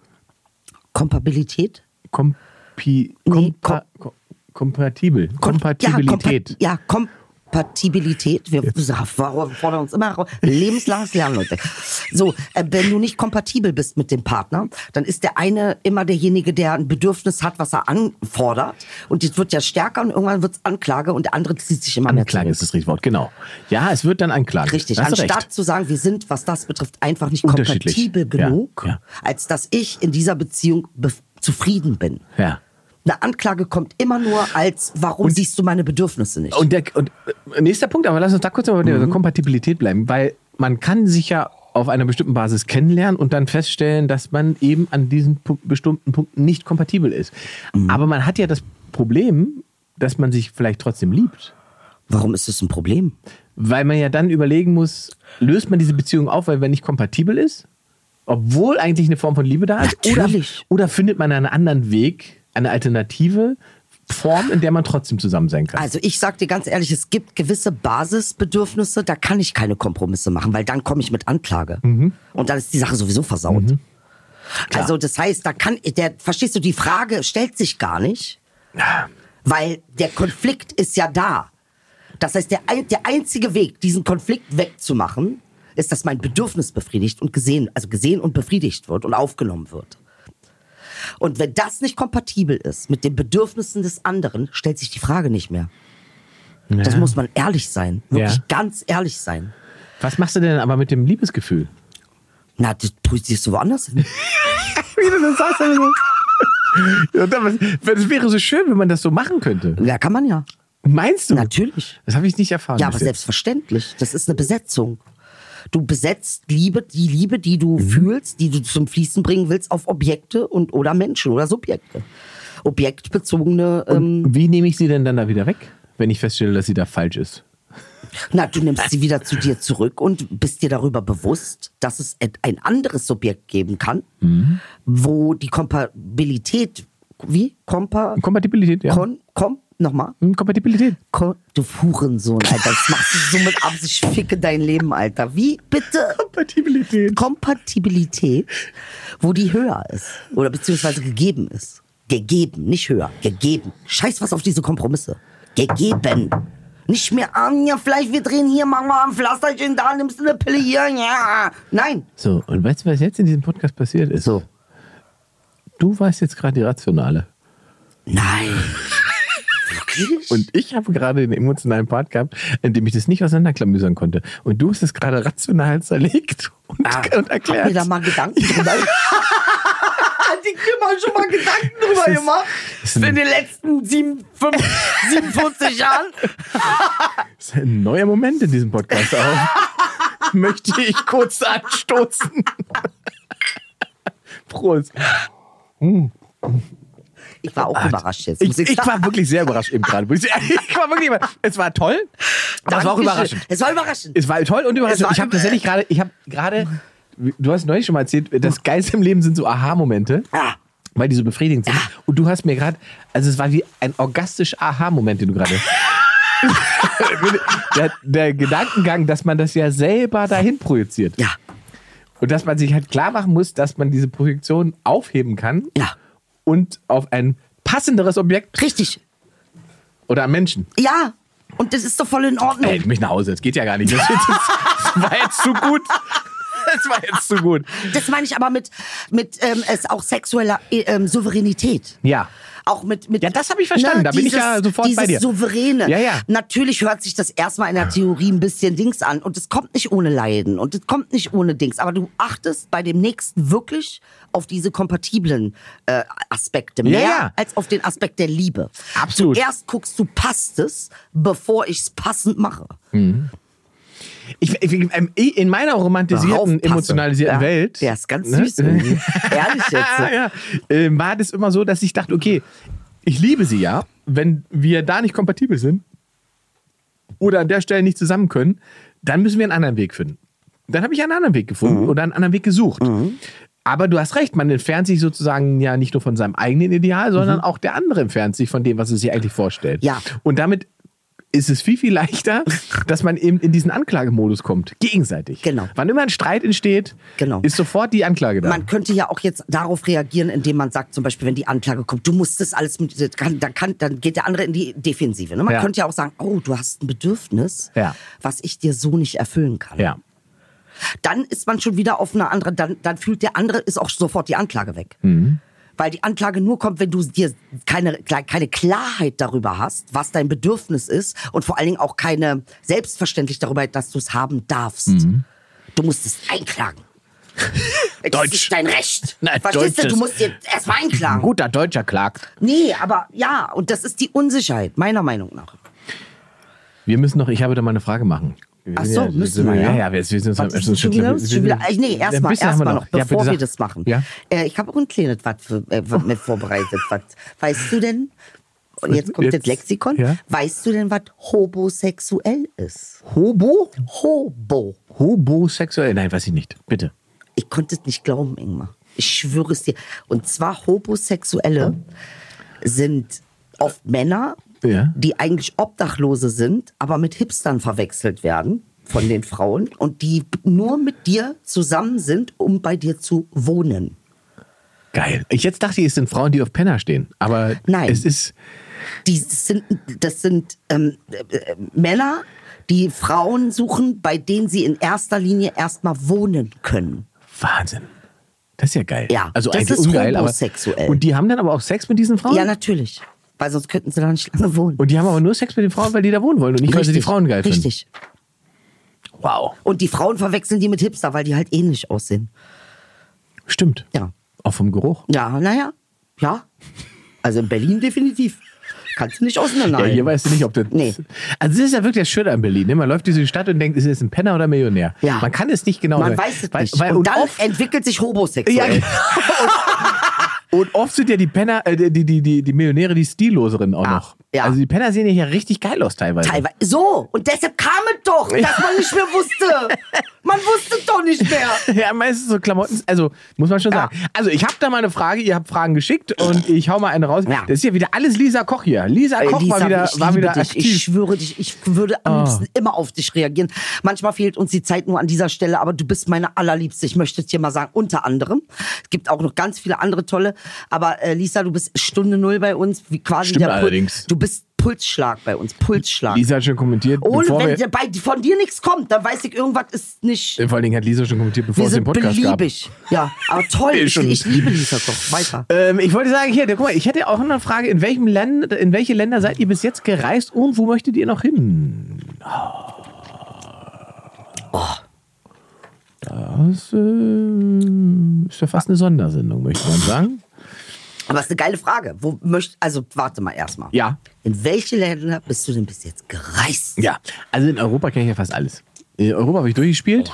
Speaker 4: Kompabilität?
Speaker 3: Kompi,
Speaker 4: Nee,
Speaker 3: kompa, kom, kompatibel. Kompatibilität.
Speaker 4: Ja, kompa ja Kompatibilität. Wir warum fordern uns immer heraus. lebenslanges Lernen, Leute. So, äh, wenn du nicht kompatibel bist mit dem Partner, dann ist der eine immer derjenige, der ein Bedürfnis hat, was er anfordert. Und das wird ja stärker und irgendwann wird's Anklage und der andere zieht sich immer mehr
Speaker 3: Anklage
Speaker 4: zurück.
Speaker 3: ist das Richtwort, genau. Ja, es wird dann Anklage.
Speaker 4: Richtig,
Speaker 3: Hast du
Speaker 4: anstatt
Speaker 3: recht.
Speaker 4: zu sagen, wir sind, was das betrifft, einfach nicht
Speaker 3: Unterschiedlich.
Speaker 4: kompatibel
Speaker 3: Ja,
Speaker 4: genug,
Speaker 3: ja.
Speaker 4: als dass ich in dieser Beziehung be zufrieden bin.
Speaker 3: Ja.
Speaker 4: Eine Anklage kommt immer nur als, warum siehst du meine Bedürfnisse nicht?
Speaker 3: Und, der, und äh, nächster Punkt, aber lass uns da kurz mal bei der
Speaker 4: Mhm.
Speaker 3: Kompatibilität bleiben, weil man kann sich ja auf einer bestimmten Basis kennenlernen und dann feststellen, dass man eben an diesen Punkt, bestimmten Punkten nicht kompatibel ist.
Speaker 4: Mhm.
Speaker 3: Aber man hat ja das Problem, dass man sich vielleicht trotzdem liebt.
Speaker 4: warum ist das ein Problem?
Speaker 3: Weil man ja dann überlegen muss, löst man diese Beziehung auf, weil man nicht kompatibel ist, obwohl eigentlich eine Form von Liebe da ist?
Speaker 4: Natürlich.
Speaker 3: Oder, oder findet man einen anderen Weg, eine alternative Form, in der man trotzdem zusammen sein kann?
Speaker 4: Also ich sag dir ganz ehrlich, es gibt gewisse Basisbedürfnisse, da kann ich keine Kompromisse machen, weil dann komme ich mit Anklage.
Speaker 3: Mhm.
Speaker 4: Und dann ist die Sache sowieso versaut. Also das heißt, da kann, der, verstehst du, die Frage stellt sich gar nicht, weil der Konflikt ist ja da. Das heißt, der, ein- der einzige Weg, diesen Konflikt wegzumachen, ist, dass mein Bedürfnis befriedigt und gesehen, also gesehen und befriedigt wird und aufgenommen wird. Und wenn das nicht kompatibel ist mit den Bedürfnissen des anderen, stellt sich die Frage nicht mehr. Das muss man ehrlich sein. Wirklich
Speaker 3: Ja.
Speaker 4: ganz ehrlich sein.
Speaker 3: Was machst du denn aber mit dem Liebesgefühl?
Speaker 4: Na, das projizierst du woanders hin.
Speaker 3: Wie du das sagst, aber so. Ja, aber Das wäre so schön, wenn man das so machen könnte.
Speaker 4: Ja, kann man ja.
Speaker 3: Meinst du?
Speaker 4: Natürlich.
Speaker 3: Das habe ich nicht erfahren.
Speaker 4: Ja, aber
Speaker 3: bis jetzt.
Speaker 4: selbstverständlich. Das ist eine Besetzung. Du besetzt Liebe, die Liebe, die du
Speaker 3: Mhm.
Speaker 4: fühlst, die du zum Fließen bringen willst, auf Objekte und oder Menschen oder Subjekte. Objektbezogene. Ähm,
Speaker 3: Wie nehme ich sie denn dann da wieder weg, wenn ich feststelle, dass sie da falsch ist?
Speaker 4: na, du nimmst sie wieder zu dir zurück und bist dir darüber bewusst, dass es et- ein anderes Subjekt geben kann,
Speaker 3: Mhm.
Speaker 4: wo die Kompatibilität, wie? Kompa,
Speaker 3: Kompatibilität, ja.
Speaker 4: kon, kom, nochmal.
Speaker 3: Hm, Kompatibilität.
Speaker 4: Kon- Du Hurensohn, Alter. Das machst du so mit Absicht. Ich Ficke dein Leben, Alter. Wie? Bitte?
Speaker 3: Kompatibilität.
Speaker 4: Kompatibilität, wo die höher ist. Oder beziehungsweise gegeben ist. Gegeben, nicht höher. Gegeben. Scheiß was auf diese Kompromisse. Gegeben. Nicht mehr an, ja, vielleicht wir drehen hier, machen wir ein Pflasterchen da, nimmst du eine Pille hier, ja. Nein.
Speaker 3: So, und weißt du, was jetzt in diesem Podcast passiert ist?
Speaker 4: So.
Speaker 3: Du warst jetzt gerade die Rationale.
Speaker 4: Nein. Wirklich?
Speaker 3: Und ich habe gerade den emotionalen Part gehabt, in dem ich das nicht auseinanderklamüsern konnte. Und du hast es gerade rational zerlegt und,
Speaker 4: Ah,
Speaker 3: <laughs> und erklärt.
Speaker 4: Hab mir da mal Gedanken
Speaker 3: <laughs>
Speaker 4: drüber. <laughs> Hat die Kimmer schon mal Gedanken drüber
Speaker 3: Es ist-
Speaker 4: gemacht?
Speaker 3: es ist ein-
Speaker 4: In den letzten sieben, fünf, <laughs> 47 Jahren?
Speaker 3: Das ist ein neuer Moment in diesem Podcast
Speaker 4: <laughs>
Speaker 3: auch. Möchte ich kurz anstoßen. Prost.
Speaker 4: Ich war auch überrascht jetzt.
Speaker 3: Ich,
Speaker 4: muss ich
Speaker 3: ich
Speaker 4: sagen.
Speaker 3: war wirklich sehr überrascht eben gerade. muss Ich
Speaker 4: <laughs>
Speaker 3: sagen. Ich war wirklich über- es war toll. Das war auch
Speaker 4: Dankeschön.
Speaker 3: überraschend.
Speaker 4: Es war überraschend.
Speaker 3: Es war toll und
Speaker 4: Es
Speaker 3: überraschend.
Speaker 4: war
Speaker 3: Ich habe
Speaker 4: über-
Speaker 3: tatsächlich gerade, ich habe gerade, du hast neulich schon mal erzählt,
Speaker 4: Hm.
Speaker 3: das Geilste im Leben sind so Aha-Momente.
Speaker 4: Ja.
Speaker 3: Weil die so befriedigend sind. Und du hast mir gerade, also es war wie ein orgastisch Aha-Moment, den du gerade. <laughs> der, der Gedankengang, dass man das ja selber dahin projiziert.
Speaker 4: Ja,
Speaker 3: Und dass man sich halt klar machen muss, dass man diese Projektion aufheben kann
Speaker 4: ja.
Speaker 3: und auf ein passenderes Objekt
Speaker 4: Richtig.
Speaker 3: oder am Menschen.
Speaker 4: Ja. Und das ist doch voll in Ordnung.
Speaker 3: Ey, mich nach Hause, das geht ja gar nicht. Das, das, das war jetzt zu gut. Das war jetzt zu gut.
Speaker 4: Das meine ich aber mit, mit ähm, es auch sexueller äh, ähm, Souveränität.
Speaker 3: Ja.
Speaker 4: Auch mit, mit
Speaker 3: Ja, das habe ich verstanden. Da bin ich ja sofort
Speaker 4: dieses
Speaker 3: bei dir.
Speaker 4: Souveräne.
Speaker 3: Ja, ja.
Speaker 4: Natürlich hört sich das erstmal in der Theorie ein bisschen Dings an. Und es kommt nicht ohne Leiden. Und es kommt nicht ohne Dings. Aber du achtest bei dem Nächsten wirklich auf diese kompatiblen äh, Aspekte. Mehr
Speaker 3: ja.
Speaker 4: als auf den Aspekt der Liebe.
Speaker 3: Absolut.
Speaker 4: Zuerst guckst du, passt es, bevor ich es passend mache.
Speaker 3: Ich, ich, ähm, in meiner romantisierten,
Speaker 4: Raufpasse.
Speaker 3: emotionalisierten
Speaker 4: ja.
Speaker 3: Welt.
Speaker 4: Der ist ganz
Speaker 3: ne? <laughs>
Speaker 4: süß. irgendwie. Ehrlich jetzt. ne?
Speaker 3: Ah, ja. ähm, war das immer so, dass ich dachte, okay, ich liebe sie ja, wenn wir da nicht kompatibel sind oder an der Stelle nicht zusammen können, dann müssen wir einen anderen Weg finden. Dann habe ich einen anderen Weg gefunden
Speaker 4: Mhm.
Speaker 3: oder einen anderen Weg gesucht. Aber du hast recht, man entfernt sich sozusagen ja nicht nur von seinem eigenen Ideal, sondern auch der andere entfernt sich von dem, was er sich eigentlich vorstellt.
Speaker 4: Mhm. Ja.
Speaker 3: Und damit ist es viel, viel
Speaker 4: <laughs>
Speaker 3: leichter, dass man eben in diesen Anklagemodus kommt. Gegenseitig.
Speaker 4: Genau.
Speaker 3: Wann immer ein Streit entsteht,
Speaker 4: Genau.
Speaker 3: ist sofort die Anklage da.
Speaker 4: Man könnte ja auch jetzt darauf reagieren, indem man sagt, zum Beispiel, wenn die Anklage kommt, du musst das alles mit, das kann, dann, kann, dann geht der andere in die Defensive. Ne? Man
Speaker 3: Ja.
Speaker 4: könnte ja auch sagen, oh, du hast ein Bedürfnis,
Speaker 3: Ja.
Speaker 4: was ich dir so nicht erfüllen kann.
Speaker 3: ja.
Speaker 4: Dann ist man schon wieder auf einer anderen, dann, dann fühlt der andere, ist auch sofort die Anklage weg.
Speaker 3: Mhm.
Speaker 4: Weil die Anklage nur kommt, wenn du dir keine, keine Klarheit darüber hast, was dein Bedürfnis ist und vor allen Dingen auch keine Selbstverständlich darüber, dass du es haben darfst.
Speaker 3: Mhm.
Speaker 4: Du musst es
Speaker 3: <laughs>
Speaker 4: einklagen.
Speaker 3: Deutsch.
Speaker 4: Das ist dein Recht.
Speaker 3: <laughs> Nein,
Speaker 4: Verstehst du?
Speaker 3: deutsches.
Speaker 4: Du musst dir erstmal einklagen.
Speaker 3: guter Deutscher klagt.
Speaker 4: Nee, aber ja, und das ist die Unsicherheit, meiner Meinung nach.
Speaker 3: Wir müssen noch, ich habe da mal eine Frage machen.
Speaker 4: Ach so,
Speaker 3: sind
Speaker 4: müssen
Speaker 3: sind
Speaker 4: wir,
Speaker 3: Ja,
Speaker 4: ja.
Speaker 3: ja, wir sind
Speaker 4: Was ist denn schon wieder? Schon wieder? Äh, Nee, erstmal erst mal noch, bevor wir das machen.
Speaker 3: Ja?
Speaker 4: Äh, ich habe auch ein kleines was für- äh, was mit vorbereitet. Was, weißt du denn, und jetzt kommt
Speaker 3: Jetzt,
Speaker 4: das Lexikon,
Speaker 3: ja.
Speaker 4: weißt du denn, was hobosexuell ist?
Speaker 3: Hobo?
Speaker 4: Hobo.
Speaker 3: Hobosexuell? Nein, weiß ich nicht. Bitte.
Speaker 4: Ich konnte es nicht glauben, Ingmar. Ich schwöre es dir. Und zwar Hobosexuelle sind oft Männer,
Speaker 3: Ja.
Speaker 4: die eigentlich Obdachlose sind, aber mit Hipstern verwechselt werden von den Frauen und die nur mit dir zusammen sind, um bei dir zu wohnen.
Speaker 3: Geil. Ich jetzt dachte, es sind Frauen, die auf Penner stehen. Aber
Speaker 4: Nein.
Speaker 3: es ist.
Speaker 4: Die sind, das sind ähm, äh, äh, Männer, die Frauen suchen, bei denen sie in erster Linie erstmal wohnen können.
Speaker 3: Wahnsinn. Das ist ja geil.
Speaker 4: Ja,
Speaker 3: also
Speaker 4: das
Speaker 3: eigentlich
Speaker 4: ist
Speaker 3: ungeil,
Speaker 4: homosexuell.
Speaker 3: Aber, und die haben dann aber auch Sex mit diesen Frauen?
Speaker 4: Ja, natürlich. Weil sonst könnten sie da nicht lange wohnen.
Speaker 3: und die haben aber nur Sex mit den Frauen, weil die da wohnen wollen und nicht, weil sie die Frauen geil
Speaker 4: Richtig.
Speaker 3: finden. Wow.
Speaker 4: Und die Frauen verwechseln die mit Hipster, weil die halt ähnlich aussehen.
Speaker 3: Stimmt.
Speaker 4: Ja.
Speaker 3: Auch vom Geruch.
Speaker 4: Ja, naja. Ja. Also in Berlin definitiv. Kannst du nicht
Speaker 3: Ja,
Speaker 4: auseinanderhalten.
Speaker 3: hier weißt du nicht, ob das.
Speaker 4: Nee.
Speaker 3: Also, das ist ja wirklich das Schöne an Berlin. Ne? Man läuft durch die Stadt und denkt, ist es ein Penner oder Millionär?
Speaker 4: Ja.
Speaker 3: Man kann es nicht genau
Speaker 4: Man
Speaker 3: sagen.
Speaker 4: weiß es
Speaker 3: Weil-
Speaker 4: nicht.
Speaker 3: Weil,
Speaker 4: und, dann
Speaker 3: oft,
Speaker 4: entwickelt sich homosexuell.
Speaker 3: ja, genau.
Speaker 4: <laughs>
Speaker 3: und, und oft sind ja die Penner, äh, die, die, die, die Millionäre, die Stilloseren auch
Speaker 4: Ja,
Speaker 3: noch.
Speaker 4: Ah, ja.
Speaker 3: Also, die Penner sehen ja hier richtig geil aus, teilweise.
Speaker 4: Teilweise. So, und deshalb kam es doch, dass man nicht mehr wusste. Man wusste es doch nicht mehr.
Speaker 3: <laughs> Ja, meistens so Klamotten. Also, muss man schon
Speaker 4: Ja.
Speaker 3: sagen. Also, ich habe da mal eine Frage. Ihr habt Fragen geschickt und ich hau mal eine raus.
Speaker 4: Ja.
Speaker 3: Das ist ja wieder alles Lisa Koch hier. Lisa
Speaker 4: Äh,
Speaker 3: Koch war
Speaker 4: Lisa,
Speaker 3: wieder,
Speaker 4: ich
Speaker 3: war
Speaker 4: liebe
Speaker 3: wieder
Speaker 4: dich.
Speaker 3: aktiv. Ah.
Speaker 4: Ich schwöre dich, ich würde am liebsten immer auf dich reagieren. Manchmal fehlt uns die Zeit nur an dieser Stelle, aber du bist meine allerliebste. Ich möchte es dir mal sagen, unter anderem. Es gibt auch noch ganz viele andere tolle. Aber äh, Lisa, du bist Stunde Null bei uns. Wie quasi
Speaker 3: Stimmt
Speaker 4: der Pul-
Speaker 3: allerdings.
Speaker 4: Du bist Pulsschlag bei uns, Pulsschlag.
Speaker 3: Lisa hat schon kommentiert.
Speaker 4: Ohne,
Speaker 3: bevor
Speaker 4: wenn
Speaker 3: wir,
Speaker 4: dir- bei, von dir nichts kommt, dann weiß ich, irgendwas ist nicht...
Speaker 3: vor allen Dingen hat Lisa schon kommentiert, bevor
Speaker 4: Wir
Speaker 3: es den
Speaker 4: sind
Speaker 3: Podcast gab.
Speaker 4: beliebig. Ja,
Speaker 3: <laughs>
Speaker 4: aber toll.
Speaker 3: Nee,
Speaker 4: Ich,
Speaker 3: schon.
Speaker 4: ich liebe Lisa
Speaker 3: <laughs>
Speaker 4: Koch. Weiter.
Speaker 3: Ähm, ich wollte sagen, hier, guck mal, ich hätte auch noch eine Frage, in, welchem Land, in welche Länder seid ihr bis jetzt gereist und wo möchtet ihr noch hin?
Speaker 4: Oh,
Speaker 3: Das äh, ist ja fast eine Sondersendung, möchte man sagen.
Speaker 4: Aber es ist eine geile Frage. Wo möcht, also warte mal erstmal.
Speaker 3: Ja.
Speaker 4: In welche Länder bist du denn bis jetzt gereist?
Speaker 3: Ja, also in Europa kenne ich ja fast alles. In Europa habe ich durchgespielt.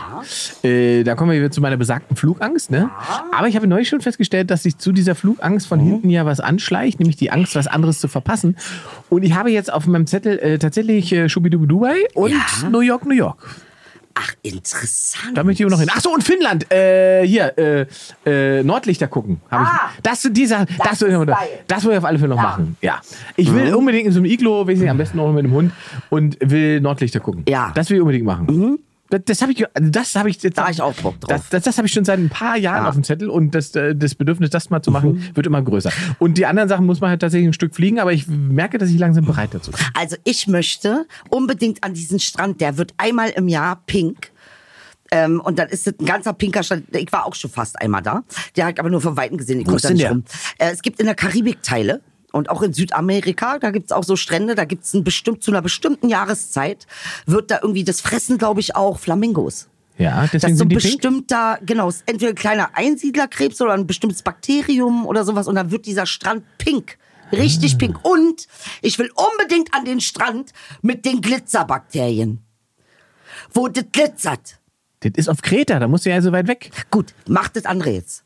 Speaker 3: Äh, da kommen wir wieder zu meiner besagten Flugangst. Ne? Aber ich habe neulich schon festgestellt, dass sich zu dieser Flugangst von hinten ja was anschleicht, nämlich die Angst, was anderes zu verpassen. Und ich habe jetzt auf meinem Zettel äh, tatsächlich äh, Schubidubu Dubai und
Speaker 4: Ja.
Speaker 3: New York, New York.
Speaker 4: Ach, interessant.
Speaker 3: Da möchte ich immer noch hin. Ach so, und Finnland. Äh, hier, äh, äh, Nordlichter gucken. Hab
Speaker 4: Ah.
Speaker 3: ich. Das sind die Sachen. Das,
Speaker 4: Das
Speaker 3: will ich
Speaker 4: ist
Speaker 3: noch-
Speaker 4: geil.
Speaker 3: das will ich auf alle Fälle noch
Speaker 4: Ja.
Speaker 3: machen. Ja. Ich will
Speaker 4: Mhm.
Speaker 3: unbedingt in so einem Iglo, weiß nicht, am besten auch mit einem Hund und will Nordlichter gucken.
Speaker 4: Ja. Mhm.
Speaker 3: Das will ich unbedingt machen. Das, das habe ich, ge- also das habe ich jetzt.
Speaker 4: Da hab ich auch Bock drauf.
Speaker 3: Das, das, das habe ich schon seit ein paar Jahren
Speaker 4: Ja. Mhm.
Speaker 3: auf dem Zettel und das, äh, das Bedürfnis, das mal zu machen, wird immer größer. Und die anderen Sachen muss man halt tatsächlich ein Stück fliegen, aber ich merke, dass ich langsam bereit dazu bin.
Speaker 4: Also ich möchte unbedingt an diesen Strand. Der wird einmal im Jahr pink. Ähm, und dann ist das ein ganzer pinker Strand. Ich war auch schon fast einmal da. Der hat aber nur von Weitem gesehen. Ich
Speaker 3: Wo
Speaker 4: konnte
Speaker 3: ist
Speaker 4: da
Speaker 3: denn
Speaker 4: nicht
Speaker 3: der?
Speaker 4: rum. Äh, es gibt in der Karibik Teile. Und auch in Südamerika, da gibt's auch so Strände, da gibt's ein bestimmt, zu einer bestimmten Jahreszeit, wird da irgendwie, das fressen glaube ich auch Flamingos.
Speaker 3: Ja,
Speaker 4: Das
Speaker 3: deswegen
Speaker 4: ist so
Speaker 3: sind
Speaker 4: ein
Speaker 3: die pink.
Speaker 4: bestimmter, genau, es ist entweder ein kleiner Einsiedlerkrebs oder ein bestimmtes Bakterium oder sowas und dann wird dieser Strand pink.
Speaker 3: Ah.
Speaker 4: Richtig pink. Und ich will unbedingt an den Strand mit den Glitzerbakterien. Wo das glitzert.
Speaker 3: Das ist auf Kreta, da musst du ja so weit weg.
Speaker 4: Gut, macht das andere jetzt.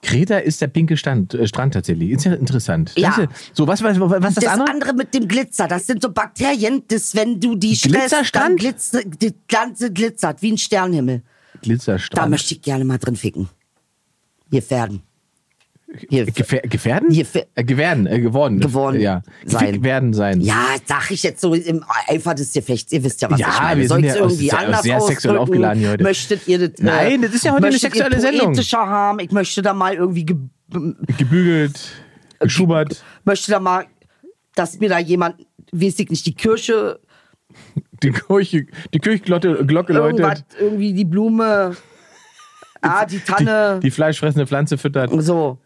Speaker 3: Kreta ist der pinke Stand, äh, Strand tatsächlich. Ist ja interessant.
Speaker 4: Ja.
Speaker 3: Das ist, so, was, was, was ist das,
Speaker 4: Das
Speaker 3: andere?
Speaker 4: andere mit dem Glitzer, das sind so Bakterien, das, wenn du die stresst, dann
Speaker 3: Glitzerstrand?
Speaker 4: glitzer, das Ganze glitzert wie ein Sternenhimmel. Da
Speaker 3: Glitzerstrand.
Speaker 4: möchte ich gerne mal drin ficken. Gefährden. Hier,
Speaker 3: Gefähr gefährden?
Speaker 4: Gefähr-
Speaker 3: äh, gewähren, äh, geworden.
Speaker 4: Geworden
Speaker 3: Ja.
Speaker 4: sein.
Speaker 3: Fick werden sein.
Speaker 4: Ja, sag ich jetzt so im Eifer des Gefechts. Ihr wisst ja, was
Speaker 3: Ja,
Speaker 4: ich meine.
Speaker 3: wir
Speaker 4: Soll
Speaker 3: sind
Speaker 4: ich's
Speaker 3: ja auch
Speaker 4: irgendwie
Speaker 3: sehr-
Speaker 4: anders
Speaker 3: sehr sexuell
Speaker 4: ausdrücken?
Speaker 3: aufgeladen hier heute.
Speaker 4: Möchtet ihr das? äh,
Speaker 3: Nein, das ist ja heute eine
Speaker 4: möchtet ihr
Speaker 3: sexuelle Sendung.
Speaker 4: Poetischer haben. Ich möchte da mal irgendwie, ge
Speaker 3: Gebügelt,
Speaker 4: Äh,
Speaker 3: geschubert,
Speaker 4: möchte da mal, dass mir da jemand, weiß ich nicht, die Kirche,
Speaker 3: die, Kirche, die Kirchglocke Glocke
Speaker 4: irgendwas,
Speaker 3: läutet,
Speaker 4: irgendwie die
Speaker 3: <laughs>
Speaker 4: Blume, ah, die Tanne,
Speaker 3: die, die fleischfressende Pflanze füttert.
Speaker 4: so.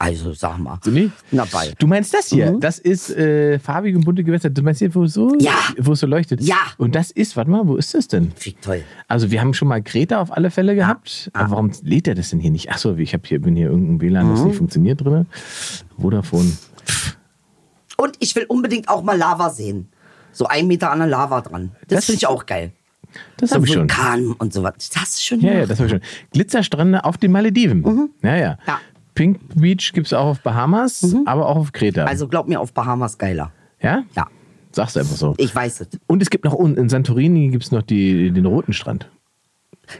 Speaker 4: Also sag mal.
Speaker 3: Du nicht?
Speaker 4: Na, Mhm. bei.
Speaker 3: Du meinst das hier? Das ist äh, farbige und bunte Gewässer. Du meinst hier, wo es so,
Speaker 4: Ja.
Speaker 3: wo es so leuchtet?
Speaker 4: Ja.
Speaker 3: Und das ist, warte mal, wo ist das denn?
Speaker 4: Wie toll.
Speaker 3: Also wir haben schon mal Greta auf alle Fälle gehabt. Aber warum lädt er das denn hier nicht? Achso, ich hab hier, bin hier irgendein WLAN,
Speaker 4: Mhm.
Speaker 3: das nicht funktioniert drin. Vodafone.
Speaker 4: Und ich will unbedingt auch mal Lava sehen. So ein Meter an der Lava dran. Das,
Speaker 3: Das-
Speaker 4: finde ich auch geil.
Speaker 3: Das
Speaker 4: So
Speaker 3: habe ich schon.
Speaker 4: Vulkan und sowas. Das hast du schon
Speaker 3: Ja, ja,
Speaker 4: gemacht. Mhm.
Speaker 3: das habe ich schon. Glitzerstrände auf den Malediven. Ja, ja.
Speaker 4: Ja. Mhm.
Speaker 3: Pink Beach gibt's auch auf Bahamas, aber auch auf Kreta.
Speaker 4: Also glaub mir, auf Bahamas geiler.
Speaker 3: ja?
Speaker 4: Ja,
Speaker 3: Sagst du einfach so.
Speaker 4: ich weiß es.
Speaker 3: Und es gibt noch unten, in Santorini gibt's noch die, den roten Strand.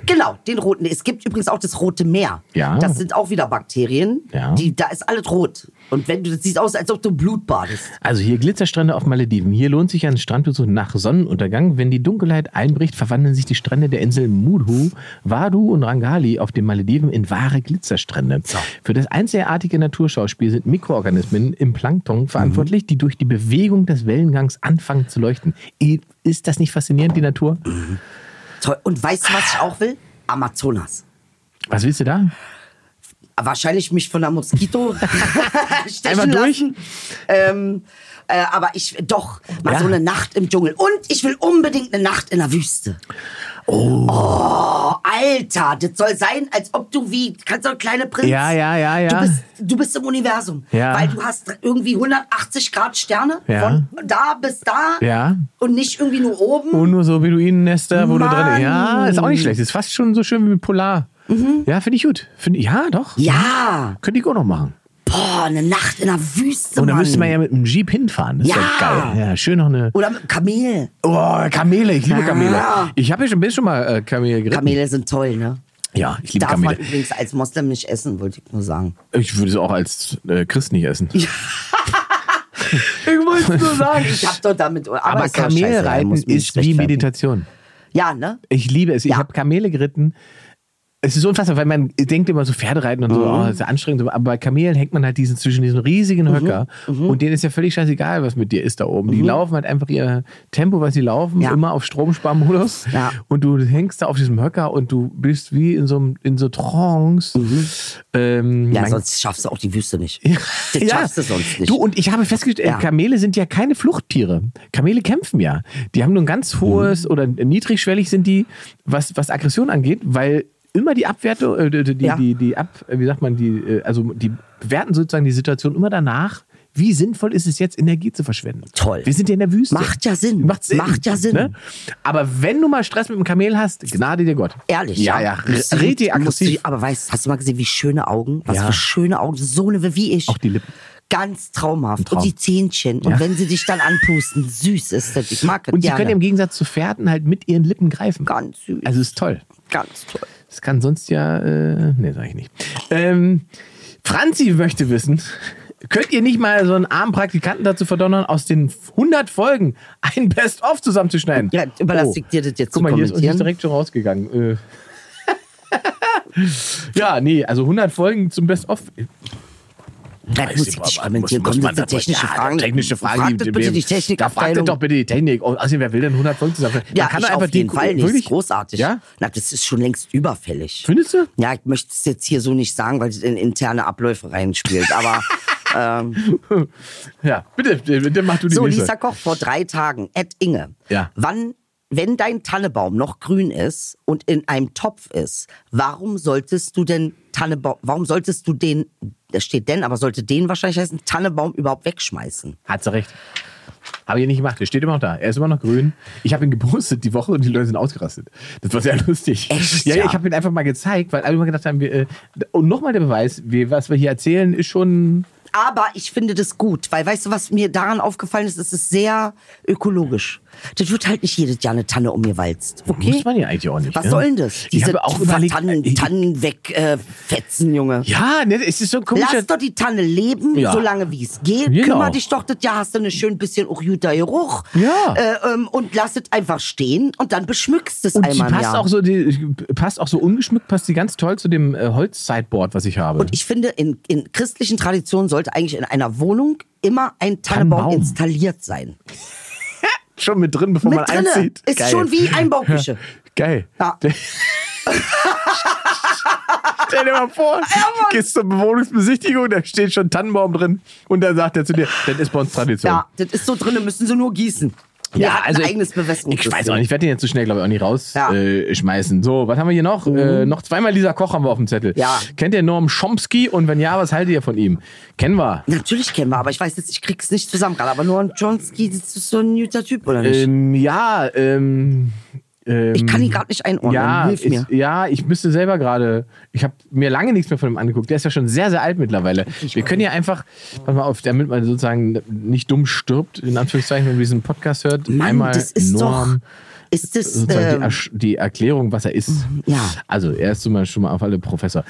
Speaker 4: Genau, den roten. Es gibt übrigens auch das Rote Meer.
Speaker 3: Ja.
Speaker 4: Das sind auch wieder Bakterien.
Speaker 3: Ja.
Speaker 4: Die, da ist alles rot. Und wenn du, das sieht aus, als ob du Blut badest.
Speaker 3: Also hier Glitzerstrände auf Malediven. Hier lohnt sich ein Strandbesuch nach Sonnenuntergang. Wenn die Dunkelheit einbricht, verwandeln sich die Strände der Inseln Mudhu, Wadu und Rangali auf den Malediven in wahre Glitzerstrände. Für das einzigartige Naturschauspiel sind Mikroorganismen im Plankton verantwortlich, die durch die Bewegung des Wellengangs anfangen zu leuchten. Eh, Ist das nicht faszinierend, die Natur?
Speaker 4: Toll. Und weißt du, was ich auch will? Amazonas.
Speaker 3: Was willst du da?
Speaker 4: wahrscheinlich mich von
Speaker 3: <laughs>
Speaker 4: einer Moskito stechen
Speaker 3: Einmal durch?
Speaker 4: lassen. Ähm, äh, aber ich, doch, mal
Speaker 3: Ja.
Speaker 4: so eine Nacht im Dschungel. Und ich will unbedingt eine Nacht in der Wüste. Oh. Alter, das soll sein, als ob du wie, kannst du ein kleiner Prinz.
Speaker 3: Ja, ja, ja, ja.
Speaker 4: Du bist, du bist im Universum.
Speaker 3: Ja.
Speaker 4: Weil du hast irgendwie 180 Grad Sterne.
Speaker 3: Ja.
Speaker 4: Von da bis da.
Speaker 3: Ja.
Speaker 4: Und nicht irgendwie nur oben.
Speaker 3: Und nur so Beduinennester, wo du drin
Speaker 4: Mann.
Speaker 3: Ja, ist auch nicht schlecht. Ist fast schon so schön wie Polar.
Speaker 4: Mhm.
Speaker 3: Ja, finde ich gut. Find, ja, doch.
Speaker 4: ja.
Speaker 3: Könnte ich auch noch machen.
Speaker 4: Boah, eine Nacht in der Wüste.
Speaker 3: Und dann
Speaker 4: Mann.
Speaker 3: müsste man ja mit dem Jeep hinfahren. Das ist ja,
Speaker 4: Ja.
Speaker 3: geil. Ja, schön noch eine.
Speaker 4: Oder mit Kamel.
Speaker 3: Oh, Kamele, ich liebe
Speaker 4: Ja.
Speaker 3: Kamele. Ich habe ja schon, bin schon mal äh, Kamele geritten.
Speaker 4: Kamele sind toll, ne?
Speaker 3: Ja, ich liebe
Speaker 4: Darf
Speaker 3: Kamele.
Speaker 4: man übrigens als Moslem nicht essen, wollte ich nur sagen.
Speaker 3: Ich würde es auch als äh, Christ nicht essen.
Speaker 4: Ich wollte nur sagen. Ich hab doch damit. Aber,
Speaker 3: Aber
Speaker 4: ist doch scheiße, ja,
Speaker 3: Kamelreiten
Speaker 4: muss man
Speaker 3: ist
Speaker 4: nicht
Speaker 3: wie
Speaker 4: rechtfertigen.
Speaker 3: Meditation.
Speaker 4: Ja, ne?
Speaker 3: Ich liebe es. Ich
Speaker 4: Ja.
Speaker 3: habe Kamele geritten. Es ist unfassbar, weil man denkt immer so Pferdereiten und so,
Speaker 4: Mhm.
Speaker 3: oh, das ist anstrengend. Aber bei Kamelen hängt man halt diesen zwischen diesen
Speaker 4: Mhm.
Speaker 3: riesigen Höcker und denen ist ja völlig scheißegal, was mit dir ist da oben. Die laufen halt einfach ihr Tempo, was sie laufen,
Speaker 4: Ja.
Speaker 3: immer auf Stromsparmodus.
Speaker 4: Ja.
Speaker 3: Und du hängst da auf diesem Höcker und du bist wie in so einem in so Trance. Ähm,
Speaker 4: Mhm. Ja,
Speaker 3: mein
Speaker 4: sonst schaffst du auch die Wüste nicht. Das schaffst du sonst nicht.
Speaker 3: Du, und ich habe festgestellt,
Speaker 4: Ja.
Speaker 3: äh, Kamele sind ja keine Fluchttiere. Kamele kämpfen ja. Die haben nur ein ganz hohes
Speaker 4: Mhm.
Speaker 3: oder niedrigschwellig sind die, was, was Aggression angeht, weil immer die Abwertung, äh, die, die,
Speaker 4: Ja.
Speaker 3: die, die ab, wie sagt man, die, äh, also die bewerten sozusagen die Situation immer danach, wie sinnvoll ist es jetzt, Energie zu verschwenden.
Speaker 4: Toll.
Speaker 3: Wir sind ja in der Wüste.
Speaker 4: Macht ja Sinn.
Speaker 3: Macht, Sinn,
Speaker 4: Macht ja Sinn.
Speaker 3: Ne? Aber wenn du mal Stress mit dem Kamel hast, Gnade dir Gott.
Speaker 4: Ehrlich.
Speaker 3: Ja, ja.
Speaker 4: Musst du-
Speaker 3: ja. Richtig
Speaker 4: musst du-
Speaker 3: aggressiv.
Speaker 4: Aber weißt, hast du mal gesehen, wie schöne Augen? Was
Speaker 3: Ja.
Speaker 4: für schöne Augen. So eine wie ich.
Speaker 3: Auch die Lippen.
Speaker 4: Ganz traumhaft.
Speaker 3: Traum.
Speaker 4: Und die Zähnchen. Und
Speaker 3: Ja.
Speaker 4: wenn sie dich dann anpusten, süß ist das. Ich mag das
Speaker 3: Und sie
Speaker 4: gerne.
Speaker 3: können im Gegensatz zu Pferden halt mit ihren Lippen greifen.
Speaker 4: Ganz süß.
Speaker 3: Also ist toll.
Speaker 4: Ganz toll.
Speaker 3: Das kann sonst ja. Äh, nee, sag ich nicht. Ähm, Franzi möchte wissen: Könnt ihr nicht mal so einen armen Praktikanten dazu verdonnern, aus den 100 Folgen ein Best-of zusammenzuschneiden?
Speaker 4: Ja, überlasse ich dir das jetzt
Speaker 3: Oh. Guck
Speaker 4: zu
Speaker 3: mal, hier ist uns
Speaker 4: kommentieren.
Speaker 3: direkt schon rausgegangen. Äh. <laughs> ja, nee, also 100 Folgen zum Best-of.
Speaker 4: Das muss ich nicht kommentieren. Kommen
Speaker 3: man-
Speaker 4: jetzt technische
Speaker 3: ja,
Speaker 4: Fragen.
Speaker 3: Technische Fragen.
Speaker 4: Fragt das bitte die
Speaker 3: Da fragt
Speaker 4: Technikabteilung.
Speaker 3: ihr doch bitte die Technik. Und Außerdem, wer will denn 100 Folgen zusammenschneiden?
Speaker 4: Ja,
Speaker 3: Man kann
Speaker 4: ich
Speaker 3: doch
Speaker 4: auf jeden
Speaker 3: die-
Speaker 4: Fall nicht.
Speaker 3: wirklich-
Speaker 4: Großartig.
Speaker 3: Ja?
Speaker 4: Na, das ist schon längst überfällig.
Speaker 3: Findest du?
Speaker 4: Ja, ich möchte es jetzt hier so nicht sagen, weil es in interne Abläufe reinspielt.
Speaker 3: <laughs>
Speaker 4: Aber ähm,
Speaker 3: Ja, bitte, bitte mach du die
Speaker 4: so,
Speaker 3: nächste.
Speaker 4: Lisa Koch vor drei Tagen, Ed Inge.
Speaker 3: Ja.
Speaker 4: Wann, wenn dein Tannebaum noch grün ist und in einem Topf ist, warum solltest du denn Tannebaum, warum solltest du den, da steht denn, aber sollte den wahrscheinlich heißen, Tannebaum überhaupt wegschmeißen?
Speaker 3: Hat sie recht. Habe ich nicht gemacht. Der steht immer noch da. Er ist immer noch grün. Ich habe ihn gepostet die Woche und die Leute sind ausgerastet. Das war sehr <laughs> lustig.
Speaker 4: Echt,
Speaker 3: Ja, ja.
Speaker 4: ja?
Speaker 3: ich habe ihn einfach mal gezeigt, weil alle immer gedacht haben, wir, äh, und nochmal der Beweis, wir, was wir hier erzählen, ist
Speaker 4: Hm?
Speaker 3: schon.
Speaker 4: Aber ich finde das gut, weil weißt du, was mir daran aufgefallen ist, es ist sehr ökologisch. Das wird halt nicht jedes Jahr eine Tanne umgewalzt. Okay?
Speaker 3: Mhm. Muss man ja eigentlich auch nicht,
Speaker 4: Was
Speaker 3: ne?
Speaker 4: soll denn das?
Speaker 3: Ich habe auch überlegt- äh,
Speaker 4: Tannen, Tannen wegfetzen, Junge.
Speaker 3: Ja, ne, es ist so ein komischer.
Speaker 4: Lass doch die Tanne leben,
Speaker 3: Ja.
Speaker 4: solange wie es geht.
Speaker 3: Genau.
Speaker 4: Kümmer dich doch, das Jahr hast du eine schön bisschen auch guter Geruch.
Speaker 3: Ja.
Speaker 4: Äh, ähm, und lass es einfach stehen und dann beschmückst es
Speaker 3: Und die
Speaker 4: einmal im
Speaker 3: passt
Speaker 4: Jahr.
Speaker 3: auch, so, die passt auch so ungeschmückt, passt die ganz toll zu dem äh, Holz-Sideboard, was ich habe.
Speaker 4: Und ich finde, in, in christlichen Traditionen sollte eigentlich in einer Wohnung immer ein Tannenbaum,
Speaker 3: Tannenbaum.
Speaker 4: installiert sein.
Speaker 3: schon mit drin, bevor
Speaker 4: Mit
Speaker 3: man
Speaker 4: drinne.
Speaker 3: einzieht.
Speaker 4: Ist
Speaker 3: Geil.
Speaker 4: schon wie Einbauküche.
Speaker 3: <laughs> Geil.
Speaker 4: Ja.
Speaker 3: <laughs> Stell dir mal vor, gehst zur Bewohnungsbesichtigung, da steht schon Tannenbaum drin und dann sagt er zu dir, das ist bei uns Tradition. also
Speaker 4: Ja, das ist so drin, müssen sie nur gießen. Der hat ein eigenes
Speaker 3: ich, ich
Speaker 4: Bewässerungssystem.
Speaker 3: weiß auch nicht, ich werde den jetzt so schnell, glaube ich, auch nicht
Speaker 4: Ja.
Speaker 3: rausschmeißen. Äh, schmeißen. so, was haben wir hier noch? Äh, noch zweimal Lisa Koch haben wir auf dem Zettel.
Speaker 4: Mhm. Ja.
Speaker 3: Kennt ihr Norm Chomsky und wenn ja, was haltet ihr von ihm? Kennen wir.
Speaker 4: Natürlich kennen wir, aber ich weiß jetzt, ich krieg's nicht zusammen gerade. Aber Noam Chomsky, das ist so ein guter Typ, oder nicht?
Speaker 3: Ähm, ja, ähm, ähm,
Speaker 4: ich kann ihn gerade nicht einordnen.
Speaker 3: ja,
Speaker 4: Hilf mir.
Speaker 3: Ist, ja, ich müsste selber gerade. Ich habe mir lange nichts mehr von ihm angeguckt. Der ist ja schon sehr, sehr alt mittlerweile. Wir können ja einfach, pass mal auf, damit man sozusagen nicht dumm stirbt, in Anführungszeichen, wenn man diesen Podcast hört,
Speaker 4: Mann,
Speaker 3: einmal
Speaker 4: das ist
Speaker 3: Norm,
Speaker 4: doch. Ist das.
Speaker 3: sozusagen die,
Speaker 4: ähm, Mhm,
Speaker 3: Ersch- die Erklärung, was er ist.
Speaker 4: Ja.
Speaker 3: Also, er ist zum Beispiel schon mal auf alle Professor.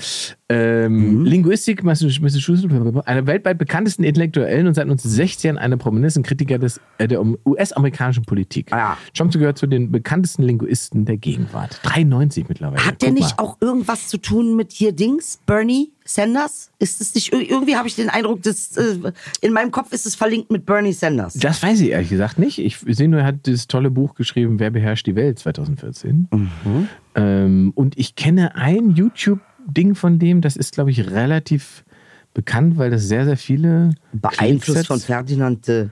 Speaker 4: Mhm.
Speaker 3: Ähm, Linguistik, Massachusetts, einer weltweit bekanntesten Intellektuellen und seit 1916 einer prominenten Kritiker des, äh, der US-amerikanischen Politik.
Speaker 4: Ah, ja.
Speaker 3: Chomsky gehört zu den bekanntesten Linguisten der Gegenwart. 93 mittlerweile.
Speaker 4: hat der
Speaker 3: Guck
Speaker 4: nicht
Speaker 3: mal.
Speaker 4: auch irgendwas zu tun mit hier Dings? Bernie Sanders? Ist es nicht. ir- Irgendwie habe ich den Eindruck, dass, äh, in meinem Kopf ist es verlinkt mit Bernie Sanders.
Speaker 3: Das weiß ich ehrlich gesagt nicht. Ich sehe nur, er hat dieses tolle Buch
Speaker 4: Mhm.
Speaker 3: geschrieben, Wer beherrscht die Welt 2014. Ähm, und ich kenne einen YouTube- Ding von dem, das ist, glaube ich, relativ bekannt, weil das sehr, sehr viele.
Speaker 4: Beeinflusst von
Speaker 3: Klipsets-
Speaker 4: Ferdinand de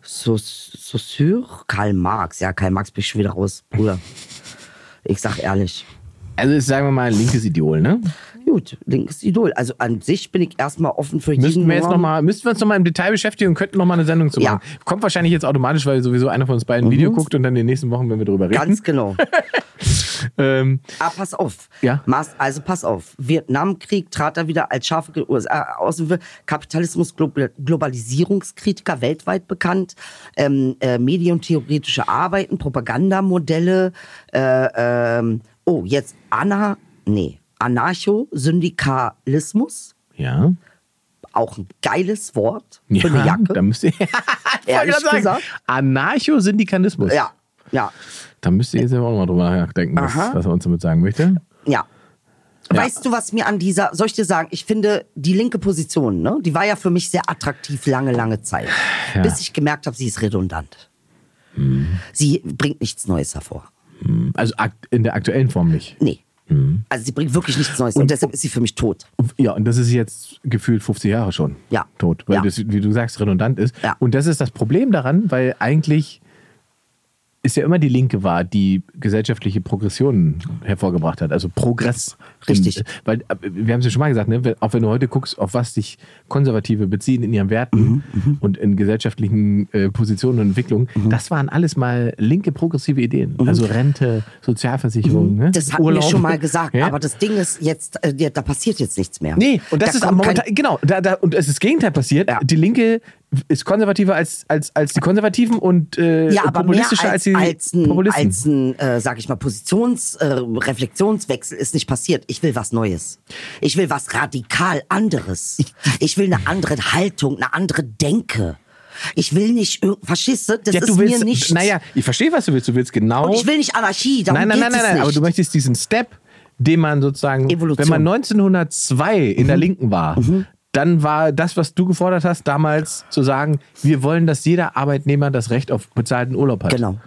Speaker 4: Saus- Saussure? Karl Marx. Ja, Karl Marx bin ich schon wieder raus, Bruder. Ich sag ehrlich.
Speaker 3: Also ist, sagen wir mal, linkes Idol, ne?
Speaker 4: Gut, linkes Idol. Also an sich bin ich erstmal offen für
Speaker 3: Müssten
Speaker 4: jeden.
Speaker 3: wir, jetzt noch
Speaker 4: Norm.
Speaker 3: mal, müssten wir uns nochmal im Detail beschäftigen und könnten nochmal eine Sendung zu
Speaker 4: Ja. Mhm.
Speaker 3: machen. Kommt wahrscheinlich jetzt automatisch, weil sowieso einer von uns beiden ein Video guckt und dann in den nächsten Wochen, wenn wir drüber reden.
Speaker 4: Ganz genau.
Speaker 3: ähm,
Speaker 4: Ah, pass auf.
Speaker 3: Ja.
Speaker 4: Mas- Also pass auf. Vietnamkrieg trat er wieder als scharfe Ge- USA aus. Kapitalismus, Glo- Globalisierungskritiker weltweit bekannt. Ähm, äh, medientheoretische Arbeiten, Propagandamodelle. Äh, ähm, oh, jetzt Ana, nee, Anarcho-Syndikalismus.
Speaker 3: ja.
Speaker 4: Auch ein geiles Wort für
Speaker 3: Ja,
Speaker 4: eine Jacke.
Speaker 3: Da müsst ihr. <laughs> Ich wollte
Speaker 4: Ehrlich
Speaker 3: gerade sagen,
Speaker 4: gesagt?
Speaker 3: Anarcho-Syndikanismus.
Speaker 4: ja, ja,
Speaker 3: Da müsst ihr jetzt aber auch nochmal drüber nachdenken, was,
Speaker 4: Aha.
Speaker 3: was er uns damit sagen möchte.
Speaker 4: ja. Weißt du, was mir an dieser, soll ich dir sagen, ich finde die linke Position, ne, die war ja für mich sehr attraktiv lange, lange Zeit.
Speaker 3: Ja. Mhm.
Speaker 4: Bis ich gemerkt habe, sie ist redundant. Sie bringt nichts Neues hervor.
Speaker 3: Also akt- in der aktuellen Form nicht.
Speaker 4: Nee.
Speaker 3: Mhm.
Speaker 4: Also sie bringt wirklich nichts Neues und, deshalb ist sie für mich tot.
Speaker 3: Ja, und das ist jetzt gefühlt 50 Jahre schon
Speaker 4: Ja.
Speaker 3: tot, weil
Speaker 4: Ja.
Speaker 3: das, wie du sagst, redundant ist.
Speaker 4: Ja.
Speaker 3: Und das ist das Problem daran, weil eigentlich ist ja immer die Linke war, die gesellschaftliche Progressionen hervorgebracht hat, also Progress.
Speaker 4: Richtig.
Speaker 3: Weil, äh, wir haben es ja schon mal gesagt, ne? wenn- auch wenn du heute guckst, auf was sich Konservative beziehen in ihren
Speaker 4: Mhm,
Speaker 3: Werten und in gesellschaftlichen äh, Positionen und Entwicklungen,
Speaker 4: Mhm.
Speaker 3: das waren alles mal linke, progressive Ideen. Also Rente, Sozialversicherung, ne?
Speaker 4: Mhm. Das hatten wir
Speaker 3: Urlaub.
Speaker 4: schon mal
Speaker 3: <laughs>
Speaker 4: gesagt,
Speaker 3: Ja?
Speaker 4: aber das Ding ist jetzt, äh, ja, da passiert jetzt nichts mehr.
Speaker 3: Nee, und das
Speaker 4: da
Speaker 3: ist
Speaker 4: kommt
Speaker 3: am
Speaker 4: kein-
Speaker 3: Moment, genau, da, da, und es ist das Gegenteil passiert.
Speaker 4: Ja.
Speaker 3: Die Linke ist konservativer als, als, als die Konservativen und äh,
Speaker 4: ja, aber mehr als,
Speaker 3: populistischer als, die
Speaker 4: als ein,
Speaker 3: Populisten.
Speaker 4: als ein äh, sag ich mal, Positions-, äh, Reflexionswechsel ist nicht passiert. Ich will was Neues. Ich will was radikal anderes. Ich will eine andere Haltung, eine andere Denke. Ich will nicht, irg- verstehst du, das
Speaker 3: ja,
Speaker 4: ist
Speaker 3: du willst,
Speaker 4: mir nicht.
Speaker 3: naja, ich verstehe, was du willst. Du willst genau.
Speaker 4: und ich will nicht Anarchie, darum
Speaker 3: nein, nein, nein, nein,
Speaker 4: geht es
Speaker 3: nein,
Speaker 4: nicht.
Speaker 3: aber du möchtest diesen Step, den man sozusagen,
Speaker 4: Evolution. Mhm.
Speaker 3: wenn man 1902 in der Linken war, dann war das, was du gefordert hast, damals zu sagen, wir wollen, dass jeder Arbeitnehmer das Recht auf bezahlten Urlaub hat.
Speaker 4: Genau.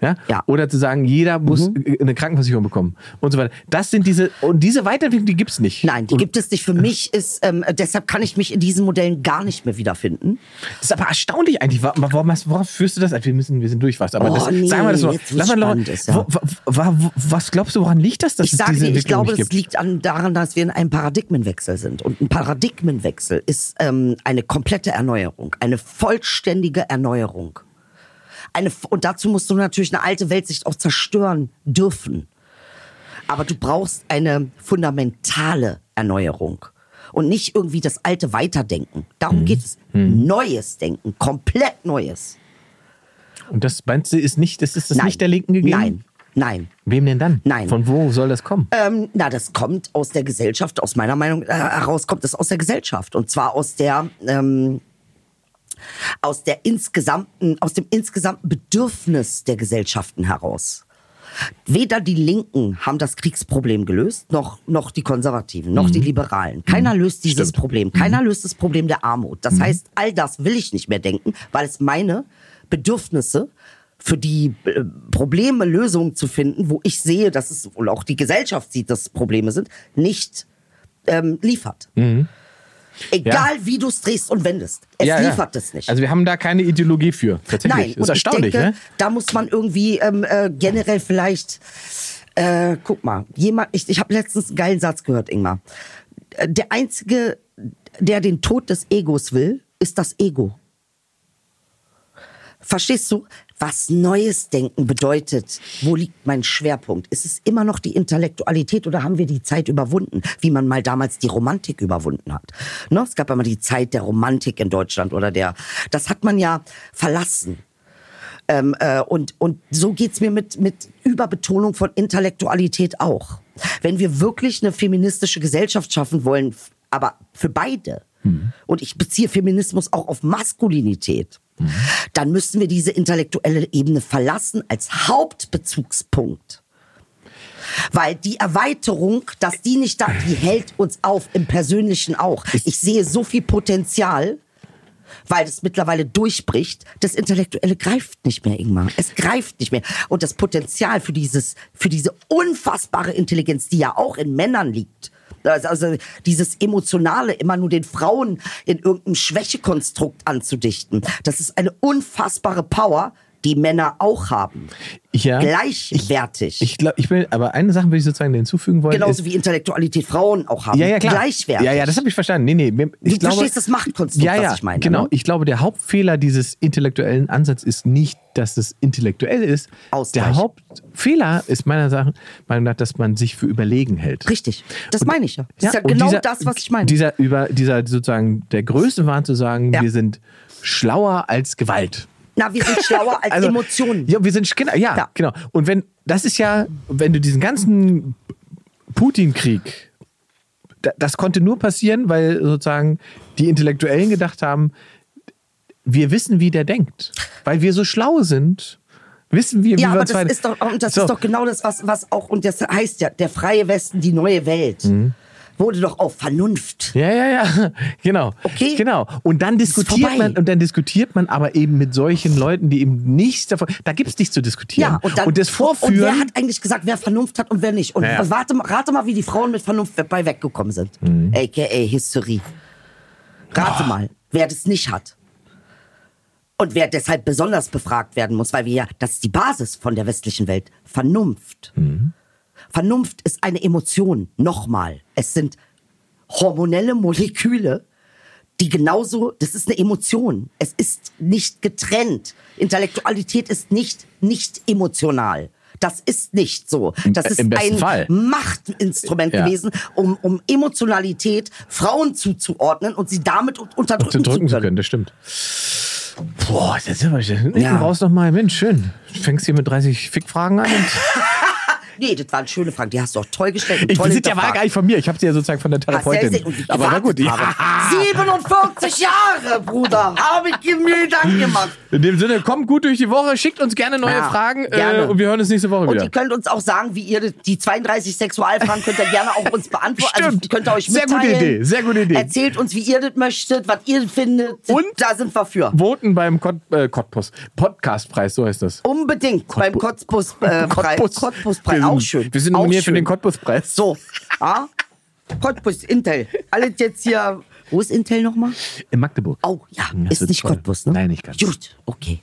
Speaker 3: Ja?
Speaker 4: Ja. Mhm.
Speaker 3: Oder zu sagen, jeder muss äh, eine Krankenversicherung bekommen und so weiter. Das sind diese, und diese Weiterentwicklung, die gibt's nicht.
Speaker 4: Nein, die gibt es nicht. Für mich ist, ähm, deshalb kann ich mich in diesen Modellen gar nicht mehr wiederfinden.
Speaker 3: Das ist aber erstaunlich eigentlich. Wa- wa- Warum, hast- worauf führst du das? Wir, müssen, wir sind durch fast. Aber
Speaker 4: Oh,
Speaker 3: das,
Speaker 4: nee,
Speaker 3: sagen wir das noch.
Speaker 4: jetzt, wo
Speaker 3: Lass mal
Speaker 4: es
Speaker 3: noch
Speaker 4: spannend ist, ja.
Speaker 3: wo, wa- wa- wo, was glaubst du, woran liegt das, dass
Speaker 4: Ich
Speaker 3: es
Speaker 4: sage
Speaker 3: diese
Speaker 4: dir, ich
Speaker 3: Entwicklung
Speaker 4: glaube,
Speaker 3: nicht
Speaker 4: das
Speaker 3: gibt?
Speaker 4: liegt an, daran, dass wir in einem Paradigmenwechsel sind. Und ein Paradigmenwechsel ist ähm, eine komplette Erneuerung, eine vollständige Erneuerung. Eine, und dazu musst du natürlich eine alte Weltsicht auch zerstören dürfen. Aber du brauchst eine fundamentale Erneuerung. Und nicht irgendwie das alte Weiterdenken.
Speaker 3: Mhm.
Speaker 4: Darum geht es. Neues Denken, komplett Neues.
Speaker 3: Und das meinst du, ist nicht, das ist das nicht der Linken gegeben?
Speaker 4: Nein, nein.
Speaker 3: Wem denn dann?
Speaker 4: Nein.
Speaker 3: Von wo soll das kommen?
Speaker 4: Ähm, na, das kommt aus der Gesellschaft, aus meiner Meinung äh, heraus kommt das aus der Gesellschaft. Und zwar aus der, ähm, aus der insgesamten, aus dem insgesamten Bedürfnis der Gesellschaften heraus. Weder die Linken haben das Kriegsproblem gelöst, noch, noch die Konservativen, noch die Liberalen. Keiner löst dieses
Speaker 3: Mhm. Stimmt. Mhm.
Speaker 4: Problem. Keiner löst das Problem der Armut. Das heißt, all das will ich nicht mehr denken, weil es meine Bedürfnisse für die äh, Probleme Lösungen zu finden, wo ich sehe, dass es wohl auch die Gesellschaft sieht, dass es Probleme sind, nicht ähm, liefert. Egal wie du es drehst und wendest, es
Speaker 3: Mhm. Ja, ja.
Speaker 4: liefert es nicht.
Speaker 3: Also wir haben da keine Ideologie für. Tatsächlich. Das
Speaker 4: Nein,
Speaker 3: ist
Speaker 4: und ich
Speaker 3: erstaunlich,
Speaker 4: denke,
Speaker 3: ne?
Speaker 4: Da muss man irgendwie ähm, äh, generell vielleicht, äh, guck mal, jemand, ich, ich habe letztens einen geilen Satz gehört, Ingmar. Äh, Der Einzige, der den Tod des Egos will, ist das Ego. Verstehst du? Was neues Denken bedeutet, wo liegt mein Schwerpunkt? Ist es immer noch die Intellektualität oder haben wir die Zeit überwunden, wie man mal damals die Romantik überwunden hat? Ne? Es gab ja mal die Zeit der Romantik in Deutschland oder der, das hat man ja verlassen. Ähm, äh, und, und so geht's mir mit, mit Überbetonung von Intellektualität auch. Wenn wir wirklich eine feministische Gesellschaft schaffen wollen, f- aber für beide, und ich beziehe Feminismus auch auf Maskulinität, dann müssen wir diese intellektuelle Ebene verlassen als Hauptbezugspunkt. Weil die Erweiterung, dass die nicht da, die hält uns auf, im Persönlichen auch. Ich sehe so viel Potenzial, weil es mittlerweile durchbricht. Das Intellektuelle greift nicht mehr, Ingmar. Es greift nicht mehr. Und das Potenzial für dieses, für diese unfassbare Intelligenz, die ja auch in Männern liegt, Also, also dieses Emotionale immer nur den Frauen in irgendeinem Schwächekonstrukt anzudichten. Das ist eine unfassbare Power, die Männer auch haben.
Speaker 3: ne? Ja.
Speaker 4: Gleichwertig.
Speaker 3: Ich glaube, ich will, aber eine Sache will ich sozusagen hinzufügen wollen.
Speaker 4: Genauso
Speaker 3: ist,
Speaker 4: Genau wie Intellektualität Frauen auch haben.
Speaker 3: ja, ja, klar.
Speaker 4: Gleichwertig.
Speaker 3: Ja, ja, das habe ich verstanden. Nee, nee. mir- Ich
Speaker 4: du
Speaker 3: glaube,
Speaker 4: verstehst das Machtkonstrukt,
Speaker 3: ja, ja,
Speaker 4: was ich meine.
Speaker 3: Genau.
Speaker 4: Ne?
Speaker 3: Ich glaube, der Hauptfehler dieses intellektuellen Ansatzes ist nicht, dass es intellektuell ist.
Speaker 4: Ausgleich.
Speaker 3: Der Hauptfehler ist meiner Sache- Meinung nach, dass man sich für überlegen hält.
Speaker 4: Richtig. Das meine ich ja. Das ist ja
Speaker 3: und
Speaker 4: genau
Speaker 3: dieser-
Speaker 4: das, was ich meine.
Speaker 3: Dieser, über, dieser sozusagen der größte Wahn zu sagen,
Speaker 4: Ja.
Speaker 3: wir sind schlauer als Gewalt.
Speaker 4: Na, wir sind schlauer
Speaker 3: <laughs>
Speaker 4: als
Speaker 3: Also,
Speaker 4: Emotionen.
Speaker 3: Ja, wir sind genau, ja,
Speaker 4: Ja.
Speaker 3: genau. Und wenn das ist ja, wenn du diesen ganzen Putin-Krieg, da, das konnte nur passieren, weil sozusagen die Intellektuellen gedacht haben, wir wissen, wie der denkt, weil wir so schlau sind. Wissen wir, wie
Speaker 4: Ja,
Speaker 3: wir
Speaker 4: aber
Speaker 3: uns
Speaker 4: das
Speaker 3: verhalten.
Speaker 4: ist doch, und das
Speaker 3: So.
Speaker 4: ist doch genau das, was, was auch, und das heißt ja, der freie Westen, die neue Welt,
Speaker 3: Mhm.
Speaker 4: wurde doch auf Vernunft.
Speaker 3: Ja, ja, ja, <laughs> genau.
Speaker 4: Okay.
Speaker 3: Genau. Und dann diskutiert
Speaker 4: vorbei.
Speaker 3: man, und dann diskutiert man aber eben mit solchen Leuten, die eben nichts davon, da gibt's nichts zu diskutieren.
Speaker 4: Ja, und dann.
Speaker 3: das Vorführen.
Speaker 4: Und wer hat eigentlich gesagt, wer Vernunft hat und wer nicht? Und
Speaker 3: Ja, ja.
Speaker 4: Warte, mal- rate mal, wie die Frauen mit Vernunft bei weggekommen sind.
Speaker 3: Mhm.
Speaker 4: AKA Historie.
Speaker 3: Ah.
Speaker 4: Rate mal, wer das nicht hat. Und wer deshalb besonders befragt werden muss, weil wir ja, das ist die Basis von der westlichen Welt. Vernunft. Vernunft ist eine Emotion. Nochmal. Es sind hormonelle Moleküle, die genauso, das ist eine Emotion. Es ist nicht getrennt. Intellektualität ist nicht, nicht emotional. Das ist nicht so. Das
Speaker 3: Im-
Speaker 4: ist
Speaker 3: im besten
Speaker 4: ein
Speaker 3: Fall.
Speaker 4: Machtinstrument
Speaker 3: Ja.
Speaker 4: gewesen, um, um Emotionalität Frauen zuzuordnen und sie damit un- unterdrücken,
Speaker 3: zu drücken
Speaker 4: zu können.
Speaker 3: das stimmt. Boah, das ist aber schön. Hinten
Speaker 4: Ja.
Speaker 3: raus nochmal, Mensch, schön. Du fängst hier mit 30 Fickfragen an. Und
Speaker 4: Nee, das waren schöne Fragen. Die hast du auch toll gestellt. und
Speaker 3: ich
Speaker 4: toll
Speaker 3: sind ja war
Speaker 4: hinterfragt.
Speaker 3: gar nicht von mir. Ich habe sie ja sozusagen von der
Speaker 4: Hast du ja gesehen,
Speaker 3: Therapeutin.
Speaker 4: und wie ich
Speaker 3: Aber na gut,
Speaker 4: gewartet
Speaker 3: ja.
Speaker 4: habe. 47 Jahre, Bruder, habe ich mir Gedanken gemacht.
Speaker 3: <laughs> In dem Sinne, kommt gut durch die Woche, schickt uns gerne neue
Speaker 4: Ja,
Speaker 3: Fragen
Speaker 4: gerne.
Speaker 3: Äh, und wir hören uns nächste Woche
Speaker 4: Und
Speaker 3: wieder.
Speaker 4: ihr könnt uns auch sagen, wie ihr die 32 Sexualfragen könnt ihr gerne auch uns beantworten. Also
Speaker 3: Stimmt.
Speaker 4: könnt ihr euch
Speaker 3: Sehr gute
Speaker 4: mitteilen.
Speaker 3: Idee, sehr gute Idee.
Speaker 4: Erzählt uns, wie ihr das möchtet, was ihr findet.
Speaker 3: Und-
Speaker 4: da sind wir für.
Speaker 3: Voten beim Kot äh, Cottbus. Podcastpreis, so heißt das.
Speaker 4: Unbedingt beim Cottbus, äh, Cottbus.
Speaker 3: Wir sind-
Speaker 4: Cottbuspreis. Auch schön.
Speaker 3: Wir sind
Speaker 4: auch
Speaker 3: nominiert für
Speaker 4: schön.
Speaker 3: den Cottbuspreis.
Speaker 4: So, ja? Cottbus, Intel. Alles jetzt hier. Wo ist Intel nochmal?
Speaker 3: In Magdeburg.
Speaker 4: Oh ja,
Speaker 3: Das
Speaker 4: ist
Speaker 3: wird
Speaker 4: nicht
Speaker 3: toll.
Speaker 4: Cottbus, ne?
Speaker 3: Nein, nicht ganz.
Speaker 4: Gut, okay.